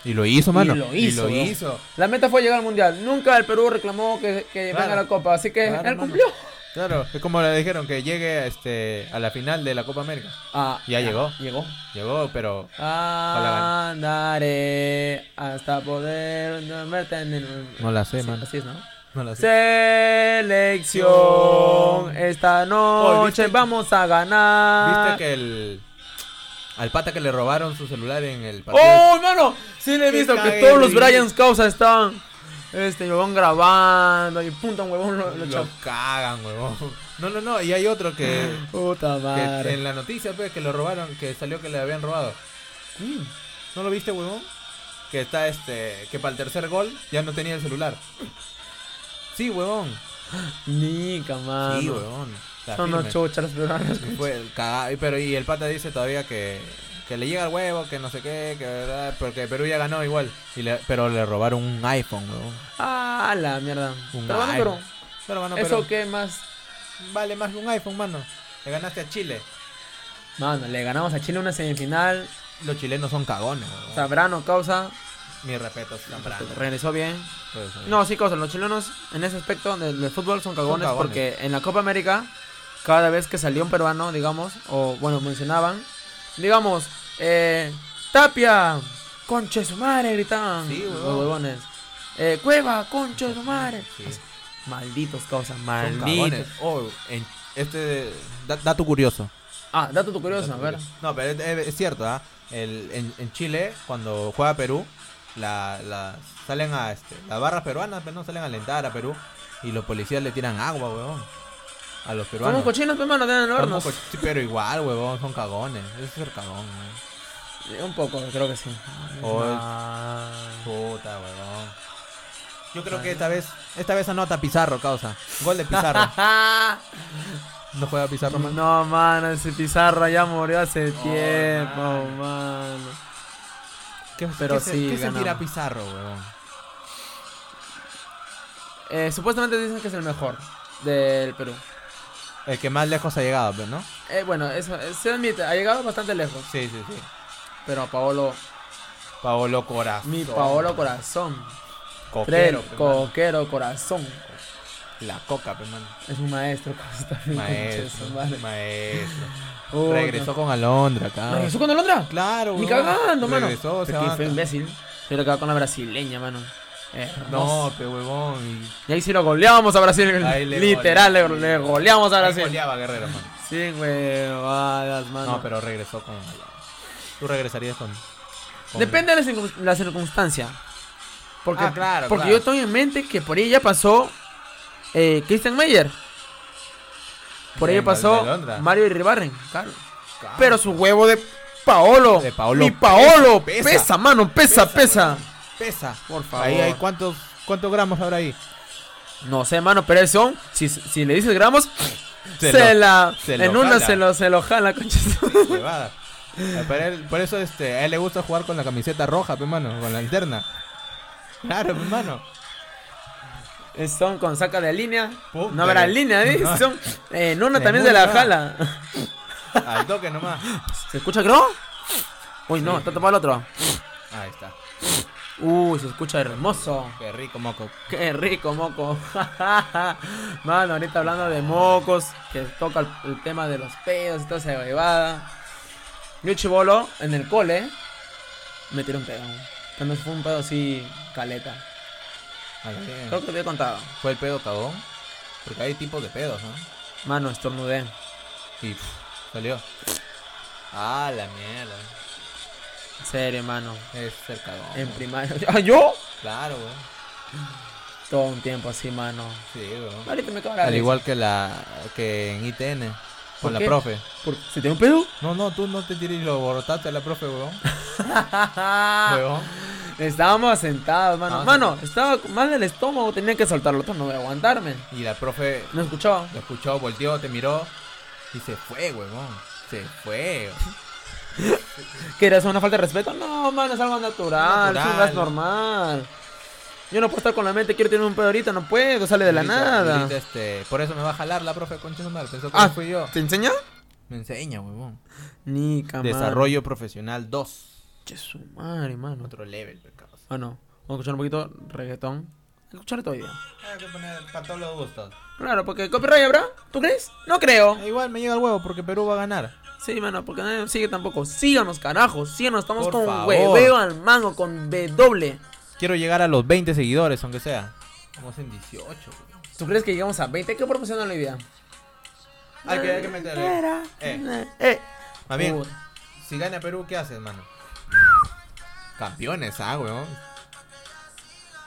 Speaker 2: Y lo hizo, mano.
Speaker 1: Y lo hizo,
Speaker 2: Y
Speaker 1: weón.
Speaker 2: lo hizo.
Speaker 1: La meta fue llegar al mundial. Nunca el Perú reclamó que, que
Speaker 2: Claro.
Speaker 1: venga la copa, así que
Speaker 2: Claro,
Speaker 1: él
Speaker 2: mano.
Speaker 1: cumplió.
Speaker 2: Claro, es como le dijeron que llegue este, a la final de la Copa América.
Speaker 1: Ah,
Speaker 2: Ya llegó.
Speaker 1: Llegó.
Speaker 2: Llegó, pero
Speaker 1: Andaré hasta poder no verte en el...
Speaker 2: no la sé,
Speaker 1: Sí,
Speaker 2: mano.
Speaker 1: así es, ¿no?
Speaker 2: No la sé.
Speaker 1: Selección, esta noche
Speaker 2: Oye, ¿viste-
Speaker 1: vamos a ganar.
Speaker 2: ¿Viste que el. Al pata que le robaron su celular en el partido?
Speaker 1: ¡Oh, hermano! Sí, le he
Speaker 2: Qué
Speaker 1: visto que
Speaker 2: cague
Speaker 1: todos los
Speaker 2: de risa.
Speaker 1: Bryans Causa estaban... Este huevón grabando y punta un huevón lo, lo
Speaker 2: Lo
Speaker 1: chap-
Speaker 2: cagan, huevón. No, no, no. Y hay otro que.
Speaker 1: Puta
Speaker 2: que
Speaker 1: madre.
Speaker 2: en la noticia, pues, que lo robaron, que salió que le habían robado.
Speaker 1: Mm.
Speaker 2: ¿No lo viste, huevón? Que está este. Que para el tercer gol ya no tenía el celular. Sí, huevón.
Speaker 1: Nica, mano.
Speaker 2: Sí, huevón. La
Speaker 1: Son los
Speaker 2: firme.
Speaker 1: chochas los peruanos.
Speaker 2: Fue el caga- Pero y el pata dice todavía que, que le llega el huevo, que no sé qué, que verdad, porque Perú ya ganó igual. Y le- pero le robaron un iPhone, huevón.
Speaker 1: Ah, la mierda.
Speaker 2: Un
Speaker 1: Pero bueno,
Speaker 2: iPhone. Pero ganó
Speaker 1: pero eso
Speaker 2: Perú.
Speaker 1: qué más
Speaker 2: Vale más que un iPhone, mano. Le ganaste a Chile.
Speaker 1: Mano, le ganamos a Chile una semifinal.
Speaker 2: Los chilenos son cagones, huevón.
Speaker 1: Sabrano causa.
Speaker 2: Mi respeto, Zambrano.
Speaker 1: Regresó bien.
Speaker 2: Pues, eh,
Speaker 1: No, sí, causa. Los chilenos en ese aspecto de- del fútbol son cagones,
Speaker 2: cagones.
Speaker 1: porque en la Copa América, cada vez que salía un peruano, digamos, o bueno, mencionaban, digamos, eh, Tapia, conche su madre, gritaban
Speaker 2: Sí,
Speaker 1: los
Speaker 2: huevón.
Speaker 1: huevones. Eh, Cueva, conche su madre.
Speaker 2: Sí.
Speaker 1: Malditos, causa,
Speaker 2: Son
Speaker 1: malditos.
Speaker 2: cagones. Oh, en- este. da- dato curioso.
Speaker 1: Ah, dato tu curioso, a ver.
Speaker 2: No, pero es, es- es cierto, ¿ah? El- en, en Chile, cuando juega Perú, la, la- salen a este, las barras peruanas, pero no salen a alentar a Perú. Y los policías le tiran agua, huevón. A los peruanos.
Speaker 1: Somos cochinos, hermano, deben
Speaker 2: Somos
Speaker 1: vernos.
Speaker 2: co- sí, pero igual, huevón, son cagones. Eso es ser cagón, huevón.
Speaker 1: eh, Un poco, creo que sí.
Speaker 2: Oh, el-
Speaker 1: Ah.
Speaker 2: Puta, huevón. Yo creo que esta vez, esta vez anota Pizarro, causa. Gol de Pizarro. no juega Pizarro, man.
Speaker 1: No, mano, ese Pizarro ya murió hace
Speaker 2: Oh,
Speaker 1: tiempo,
Speaker 2: mano.
Speaker 1: mano.
Speaker 2: ¿Qué,
Speaker 1: Pero
Speaker 2: qué se-
Speaker 1: sí,
Speaker 2: ¿Qué
Speaker 1: ganamos.
Speaker 2: sentirá Pizarro, huevón?
Speaker 1: Eh, supuestamente dicen que es el mejor del Perú.
Speaker 2: El que más lejos ha llegado, pues, ¿no?
Speaker 1: Eh, bueno, eso eh, se admite, ha llegado bastante lejos.
Speaker 2: Sí, sí, sí.
Speaker 1: Pero Paolo,
Speaker 2: Paolo Corazón.
Speaker 1: mi Paolo corazón.
Speaker 2: Coquero,
Speaker 1: Fred,
Speaker 2: pe, mano.
Speaker 1: coquero corazón.
Speaker 2: La coca, pe, mano.
Speaker 1: Es un maestro, cosa también, concha de
Speaker 2: Maestro.
Speaker 1: su madre.
Speaker 2: Maestro.
Speaker 1: Oh,
Speaker 2: Regresó
Speaker 1: no.
Speaker 2: con Alondra acá.
Speaker 1: ¿Regresó con Alondra?
Speaker 2: Claro,
Speaker 1: Ni
Speaker 2: weón.
Speaker 1: cagando, mano.
Speaker 2: Regresó, se
Speaker 1: Pero que
Speaker 2: va.
Speaker 1: fue imbécil. Pero que va con la brasileña, mano.
Speaker 2: No, pe huevón. y-
Speaker 1: Y ahí sí lo goleábamos a Brasil.
Speaker 2: Ahí le
Speaker 1: Literal, le,
Speaker 2: goleamos.
Speaker 1: le goleamos a
Speaker 2: Ahí
Speaker 1: Brasil.
Speaker 2: goleaba Guerrero, mano.
Speaker 1: Sí, huevadas, mano.
Speaker 2: No, pero regresó con. Tú regresarías con. con-
Speaker 1: Depende de la, circun- la circunstancia. Porque,
Speaker 2: Ah, claro,
Speaker 1: porque
Speaker 2: claro.
Speaker 1: yo tengo en mente que por ahí ya pasó eh, Christian Meyer. Por ahí
Speaker 2: De
Speaker 1: ya pasó
Speaker 2: Mal- de Londra.
Speaker 1: Mario Irribarren. Claro.
Speaker 2: Claro.
Speaker 1: Pero su huevo de Paolo.
Speaker 2: De Paolo
Speaker 1: Mi Paolo.
Speaker 2: pesa,
Speaker 1: Pesa, mano. Pesa, pesa.
Speaker 2: Pesa.
Speaker 1: Por favor.
Speaker 2: Ahí hay cuántos, cuántos gramos habrá ahí.
Speaker 1: No sé, mano, pero ese son, si, si le dices gramos, se,
Speaker 2: Se lo-
Speaker 1: la.
Speaker 2: se lo
Speaker 1: en una
Speaker 2: jala.
Speaker 1: se lo, se lo jala, concha.
Speaker 2: Huevada. Eh, Pero él- por eso este, a él le gusta jugar con la camiseta roja, pe mano, con la linterna. Claro, pe mano.
Speaker 1: Son con saca de línea.
Speaker 2: Puta.
Speaker 1: No habrá línea, ¿eh?
Speaker 2: No.
Speaker 1: Son, en una
Speaker 2: De
Speaker 1: también se la
Speaker 2: ninguna.
Speaker 1: jala.
Speaker 2: Al toque nomás.
Speaker 1: ¿Se escucha, creo? Uy, no, está tapado el otro.
Speaker 2: Ahí está.
Speaker 1: Uy, se escucha hermoso.
Speaker 2: Qué rico, moco.
Speaker 1: Qué rico, moco. mano, ahorita hablando de mocos, que toca el, el tema de los pedos y toda esa huevada. Yo chivolo, en el cole, me tiré un pedo. Pero no fue un pedo así, caleta.
Speaker 2: A la bien.
Speaker 1: Creo que te había contado.
Speaker 2: ¿Fue el pedo cagón? Porque hay tipos de pedos, ¿no?
Speaker 1: Mano, estornudé.
Speaker 2: Y pff, salió. Ah, la mierda.
Speaker 1: En serio, mano.
Speaker 2: Es el cagón.
Speaker 1: En
Speaker 2: güey.
Speaker 1: primaria. ¿Ah, yo?
Speaker 2: Claro, güey.
Speaker 1: Todo un tiempo así, mano.
Speaker 2: Sí, güey.
Speaker 1: Ahorita me cago en la
Speaker 2: Al
Speaker 1: risa.
Speaker 2: igual que la que en ITN.
Speaker 1: ¿Por
Speaker 2: Con la
Speaker 1: qué?
Speaker 2: profe.
Speaker 1: ¿Por- ¿Se tiene un pedo?
Speaker 2: No, no, tú no te tires y lo borraste a la profe, weón.
Speaker 1: Ah.
Speaker 2: Huevón.
Speaker 1: Estábamos sentados, mano.
Speaker 2: Ah,
Speaker 1: mano, estaba mal del estómago, tenía que soltarlo, otro no voy a aguantarme.
Speaker 2: Y la profe
Speaker 1: No escuchaba.
Speaker 2: lo escuchó, volteó, te miró. Y se fue, huevón. Se fue.
Speaker 1: ¿Que era una falta de respeto? No, mano, es algo natural, es un
Speaker 2: Natural.
Speaker 1: gas normal. Yo no puedo estar con la mente, quiero tener un pedo ahorita, no puedo, sale de la
Speaker 2: Ahorita-
Speaker 1: nada.
Speaker 2: ahorita, este, por eso me va a jalar la profe concha de su madre. Pensó que
Speaker 1: Ah.
Speaker 2: no fui yo.
Speaker 1: ¿Te enseña?
Speaker 2: Me enseña, huevón.
Speaker 1: Ni camar.
Speaker 2: Desarrollo profesional 2.
Speaker 1: Che, su madre, mano.
Speaker 2: Otro level, pecado.
Speaker 1: Ah, no. Vamos a escuchar un poquito reggaetón. Hay que escuchar todo el día.
Speaker 2: Hay que poner para todos los gustos. E
Speaker 1: Claro, porque copyright habrá. ¿Tú crees? No creo.
Speaker 2: Igual me llega el huevo porque Perú va a ganar.
Speaker 1: Sí, mano, porque nadie nos sigue tampoco. Síganos, carajo. Síganos, estamos
Speaker 2: Por
Speaker 1: con
Speaker 2: favor.
Speaker 1: hueveo al mango, con B doble.
Speaker 2: Quiero llegar a los 20 seguidores, aunque sea. Vamos en 18. huevón.
Speaker 1: ¿Tú crees que llegamos a 20? ¿Qué proporciona la idea?
Speaker 2: Hay que, hay que meterle.
Speaker 1: Era.
Speaker 2: Eh.
Speaker 1: Eh.
Speaker 2: Más bien,
Speaker 1: Puta.
Speaker 2: si gana Perú, ¿qué haces, mano? Campeones, ah, huevón.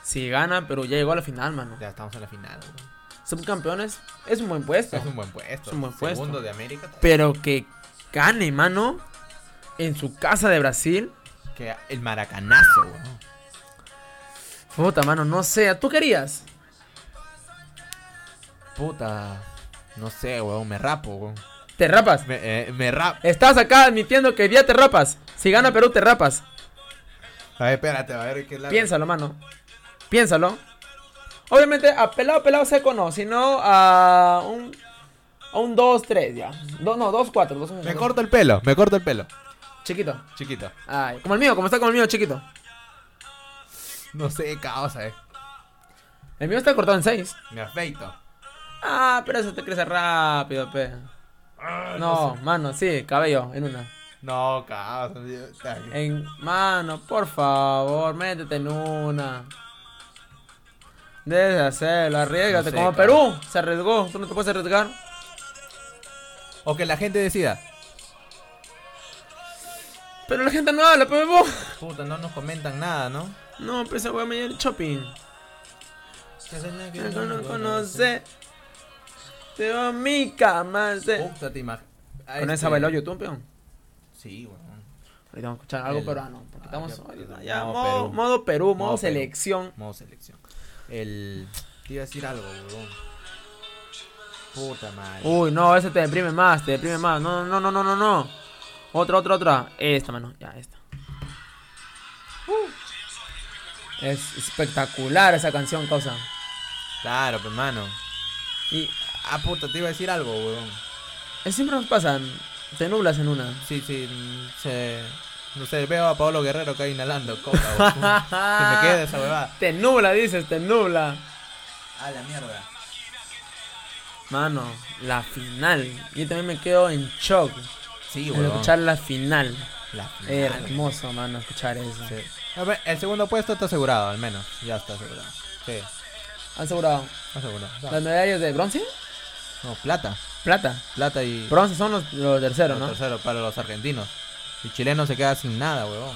Speaker 1: Si gana, pero ya llegó a la final, mano.
Speaker 2: Ya estamos en la final, huevón.
Speaker 1: Subcampeones es un buen puesto.
Speaker 2: Es un buen puesto.
Speaker 1: Es un buen puesto.
Speaker 2: Segundo de América.
Speaker 1: Pero que gane, mano, en su casa de Brasil.
Speaker 2: Que el maracanazo, weón.
Speaker 1: Puta, mano, no sé. ¿Tú querías?
Speaker 2: Puta. No sé, weón. Me rapo, weón.
Speaker 1: ¿Te rapas?
Speaker 2: Me, eh, me rap.
Speaker 1: Estás acá admitiendo que ya te rapas. Si gana Perú, te rapas.
Speaker 2: A ver, espérate, a ver qué la.
Speaker 1: Piénsalo, mano. Piénsalo. Obviamente, a pelado, pelado seco no, sino a un. A un 2-3 ya. Do- no, 2-4. dos-
Speaker 2: Me
Speaker 1: dos-
Speaker 2: corto el pelo, me corto el pelo.
Speaker 1: Chiquito.
Speaker 2: Chiquito.
Speaker 1: Ay, como el mío, como está como el mío, chiquito.
Speaker 2: No sé, causa, eh.
Speaker 1: El mío está cortado en 6.
Speaker 2: Me afeito.
Speaker 1: Ah, pero eso te crece rápido, pe. No, mano, sí, cabello, en una.
Speaker 2: No, causa. Dios, está bien.
Speaker 1: En mano, por favor, métete en una. Debes hacerlo, arriesgate.
Speaker 2: No sé,
Speaker 1: como
Speaker 2: cabrón.
Speaker 1: Perú se arriesgó, tú no te puedes arriesgar.
Speaker 2: O que la gente decida.
Speaker 1: Pero la gente no habla, pe, huevón.
Speaker 2: Puta, no nos comentan nada, ¿no?
Speaker 1: No, pero esa weá me lleva el shopping. No no conoce. Te va a mi cama. se-
Speaker 2: Puta, te imaginas.
Speaker 1: Con esa bailó YouTube, peón.
Speaker 2: este, Sí, weón.
Speaker 1: este. Ahorita vamos a escuchar algo
Speaker 2: El-
Speaker 1: peruano. Porque
Speaker 2: ah,
Speaker 1: estamos
Speaker 2: ya,
Speaker 1: ahorita
Speaker 2: ya,
Speaker 1: ya
Speaker 2: modo
Speaker 1: modo,
Speaker 2: Perú.
Speaker 1: modo Perú, modo,
Speaker 2: Modo Perú.
Speaker 1: selección.
Speaker 2: Modo selección. El. Te iba a decir algo, weón. Puta madre.
Speaker 1: Uy, no, ese te deprime más, te deprime más. No, no, no, no, no, no. Otra, otra, otra. Esta, mano. Ya, esta. Uh. Es espectacular esa canción, causa.
Speaker 2: Claro, pues, pero hermano.
Speaker 1: Y
Speaker 2: Ah, puta, te iba a decir algo, weón.
Speaker 1: eh, siempre nos pasan. Te nublas en una.
Speaker 2: Sí, sí, mm, se... No sé, veo a Pablo Guerrero acá inhalando coca, weón. Que me quede esa huevada.
Speaker 1: Te nubla, dices, te nubla.
Speaker 2: A la mierda.
Speaker 1: Mano, la final. Yo también me quedo en shock
Speaker 2: Sí,
Speaker 1: al
Speaker 2: weón.
Speaker 1: escuchar Eh, la final.
Speaker 2: La final.
Speaker 1: Hermoso, mano, escuchar eso.
Speaker 2: Sí. A ver, El segundo puesto está asegurado, al menos. Ya está asegurado. Sí,
Speaker 1: Han asegurado.
Speaker 2: asegurado.
Speaker 1: ¿Las medallas de bronce?
Speaker 2: No, plata.
Speaker 1: Plata.
Speaker 2: Plata y.
Speaker 1: Bronce son los, los terceros,
Speaker 2: Lo
Speaker 1: ¿no?
Speaker 2: tercero para los argentinos. Y chileno se queda sin nada, huevón.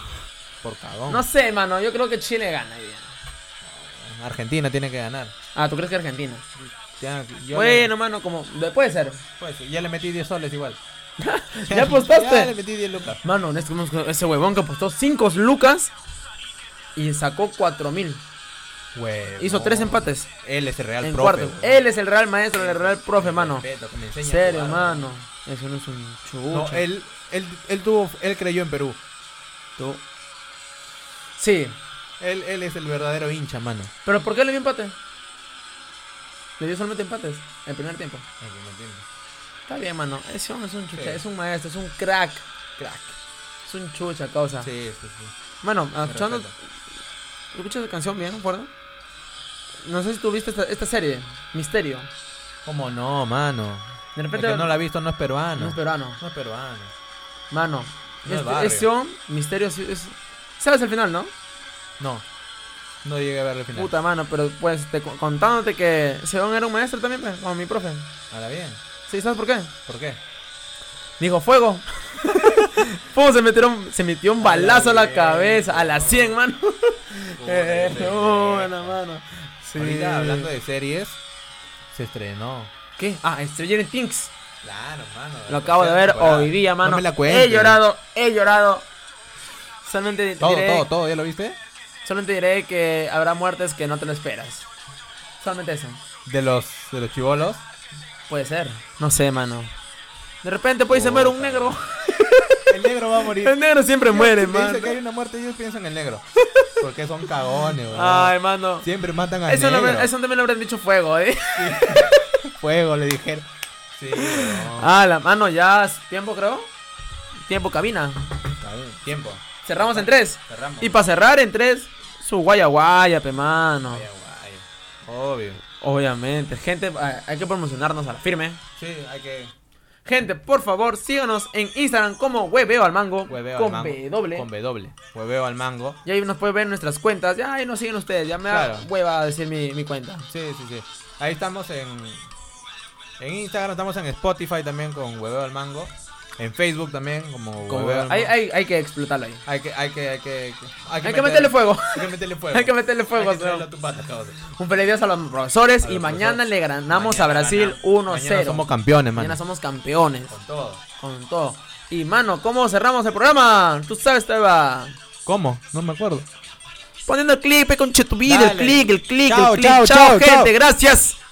Speaker 2: Por cagón.
Speaker 1: No sé, mano. Yo creo que Chile gana. hoy día.
Speaker 2: Argentina tiene que ganar.
Speaker 1: Ah, ¿tú crees que Argentina?
Speaker 2: Ya- yo
Speaker 1: bueno, mano, como. de- Puede ser.
Speaker 2: le, pues, ya le metí 10 soles igual.
Speaker 1: ¿Ya apostaste?
Speaker 2: Ya le metí 10 lucas.
Speaker 1: Mano, en este- ese huevón que apostó 5 lucas y sacó 4 mil.
Speaker 2: Huevón.
Speaker 1: Hizo 3 empates
Speaker 2: Él es el real
Speaker 1: en
Speaker 2: profe.
Speaker 1: cuarto.
Speaker 2: huevón.
Speaker 1: Él es el real maestro, el real profe, mano.
Speaker 2: Respeto, que me enseña a
Speaker 1: Serio,
Speaker 2: jugar,
Speaker 1: mano. Eso no eh, es un
Speaker 2: huevón.
Speaker 1: chucho.
Speaker 2: No, él, él, él tuvo, él creyó en Perú.
Speaker 1: Tú. Sí,
Speaker 2: Él, él es el verdadero hincha, mano.
Speaker 1: pero ¿por qué le dio empate? Le dio solamente empates en primer tiempo. Está bien, mano. Ese hombre es un chucha,
Speaker 2: Sí.
Speaker 1: es un maestro, es un crack.
Speaker 2: Crack.
Speaker 1: Es un chucha, causa.
Speaker 2: Sí, sí, sí.
Speaker 1: Mano,
Speaker 2: Me
Speaker 1: Ah, escuchando.
Speaker 2: respeto.
Speaker 1: ¿Escuchas la canción bien, acuerdo? No sé si tú viste esta, esta serie, Misterio.
Speaker 2: ¿Cómo no, mano?
Speaker 1: De
Speaker 2: El
Speaker 1: repente.
Speaker 2: que no la ha visto no es peruano.
Speaker 1: No es peruano.
Speaker 2: No es peruano.
Speaker 1: Mano,
Speaker 2: No es
Speaker 1: este-
Speaker 2: barrio.
Speaker 1: ese hombre, Misterio, sí, es- sabes el final, ¿no?
Speaker 2: No. No llegué a ver el final.
Speaker 1: Puta mano, pero pues te, contándote que Seón era un maestro también, pues, como mi profe.
Speaker 2: Ahora bien.
Speaker 1: Sí, ¿sabes por qué?
Speaker 2: ¿Por qué?
Speaker 1: Dijo, fuego. Pum, se metió, un- se metió un
Speaker 2: A la
Speaker 1: balazo a la
Speaker 2: mierda.
Speaker 1: cabeza, a las 100, mano. Eh,
Speaker 2: Joder,
Speaker 1: buena, mano. Sí.
Speaker 2: Ahorita hablando de series, se estrenó.
Speaker 1: ¿Qué? Ah, Stranger Things.
Speaker 2: Claro, mano.
Speaker 1: Lo acabo de ver hoy día, mano.
Speaker 2: No me la cuentes.
Speaker 1: he llorado, he llorado. Solamente
Speaker 2: Todo,
Speaker 1: diré,
Speaker 2: todo, todo. ¿Ya lo viste?
Speaker 1: solamente diré que habrá muertes que no te lo esperas. Solamente eso.
Speaker 2: De los, de los chivolos.
Speaker 1: Puede ser. No sé, mano. De repente puede se muere un negro.
Speaker 2: El negro va a morir.
Speaker 1: El negro siempre muere,
Speaker 2: Ellos, si te
Speaker 1: mano.
Speaker 2: Dicen que hay una muerte, ellos piensan en el negro. Porque son cagones, weón.
Speaker 1: Ay, mano.
Speaker 2: Siempre matan al
Speaker 1: Eso, no
Speaker 2: negro.
Speaker 1: me- eso también lo habrán dicho fuego, eh.
Speaker 2: Fuego, le dijeron. Sí, weón.
Speaker 1: Ah, la mano, ya. es Tiempo, creo. Tiempo, cabina.
Speaker 2: Está bien. Tiempo.
Speaker 1: Cerramos en tres.
Speaker 2: Cerramos.
Speaker 1: Y para cerrar en tres, su guaya guaya, pe, mano.
Speaker 2: Guaya, guaya. Obvio.
Speaker 1: Obviamente. Gente, ah, hay que promocionarnos a la firme.
Speaker 2: Sí, hay que.
Speaker 1: Gente, por favor, síganos en Instagram como Hueveo al Mango.
Speaker 2: Hueveo
Speaker 1: con
Speaker 2: al mango.
Speaker 1: B doble.
Speaker 2: Con B doble. Hueveo al mango.
Speaker 1: Y ahí nos pueden ver nuestras cuentas. Ya ahí nos siguen ustedes. Ya me da
Speaker 2: Claro.
Speaker 1: hueva decir mi, mi cuenta.
Speaker 2: Sí, sí, sí. Ahí estamos en, en Instagram, estamos en Spotify también con Hueveo al Mango. En Facebook también como,
Speaker 1: Como-
Speaker 2: Hueveo al
Speaker 1: hay,
Speaker 2: Mango.
Speaker 1: hay, hay que explotarlo ahí.
Speaker 2: Hay que, hay que, hay que, hay que,
Speaker 1: Hay que meterle fuego.
Speaker 2: Hay que meterle fuego.
Speaker 1: Hay que meterle fuego,
Speaker 2: Hay que tirarle
Speaker 1: weón.
Speaker 2: a tu pata, cabrón.
Speaker 1: Un feliz día a los profesores
Speaker 2: A
Speaker 1: y
Speaker 2: los
Speaker 1: mañana
Speaker 2: profesores.
Speaker 1: le ganamos a
Speaker 2: Mañana
Speaker 1: Brasil
Speaker 2: ganamos.
Speaker 1: 1-0.
Speaker 2: Mañana somos campeones,
Speaker 1: Mañana
Speaker 2: man.
Speaker 1: somos campeones
Speaker 2: Con todo.
Speaker 1: con todo. Y mano, ¿cómo cerramos el programa? Tú sabes, Teba.
Speaker 2: ¿Cómo? No me acuerdo.
Speaker 1: Poniendo el clip, eh, con Chetubir, el
Speaker 2: Dale.
Speaker 1: clic, el clic,
Speaker 2: Chao,
Speaker 1: el clic.
Speaker 2: chao,
Speaker 1: chao,
Speaker 2: chao,
Speaker 1: gente,
Speaker 2: chao.
Speaker 1: gracias.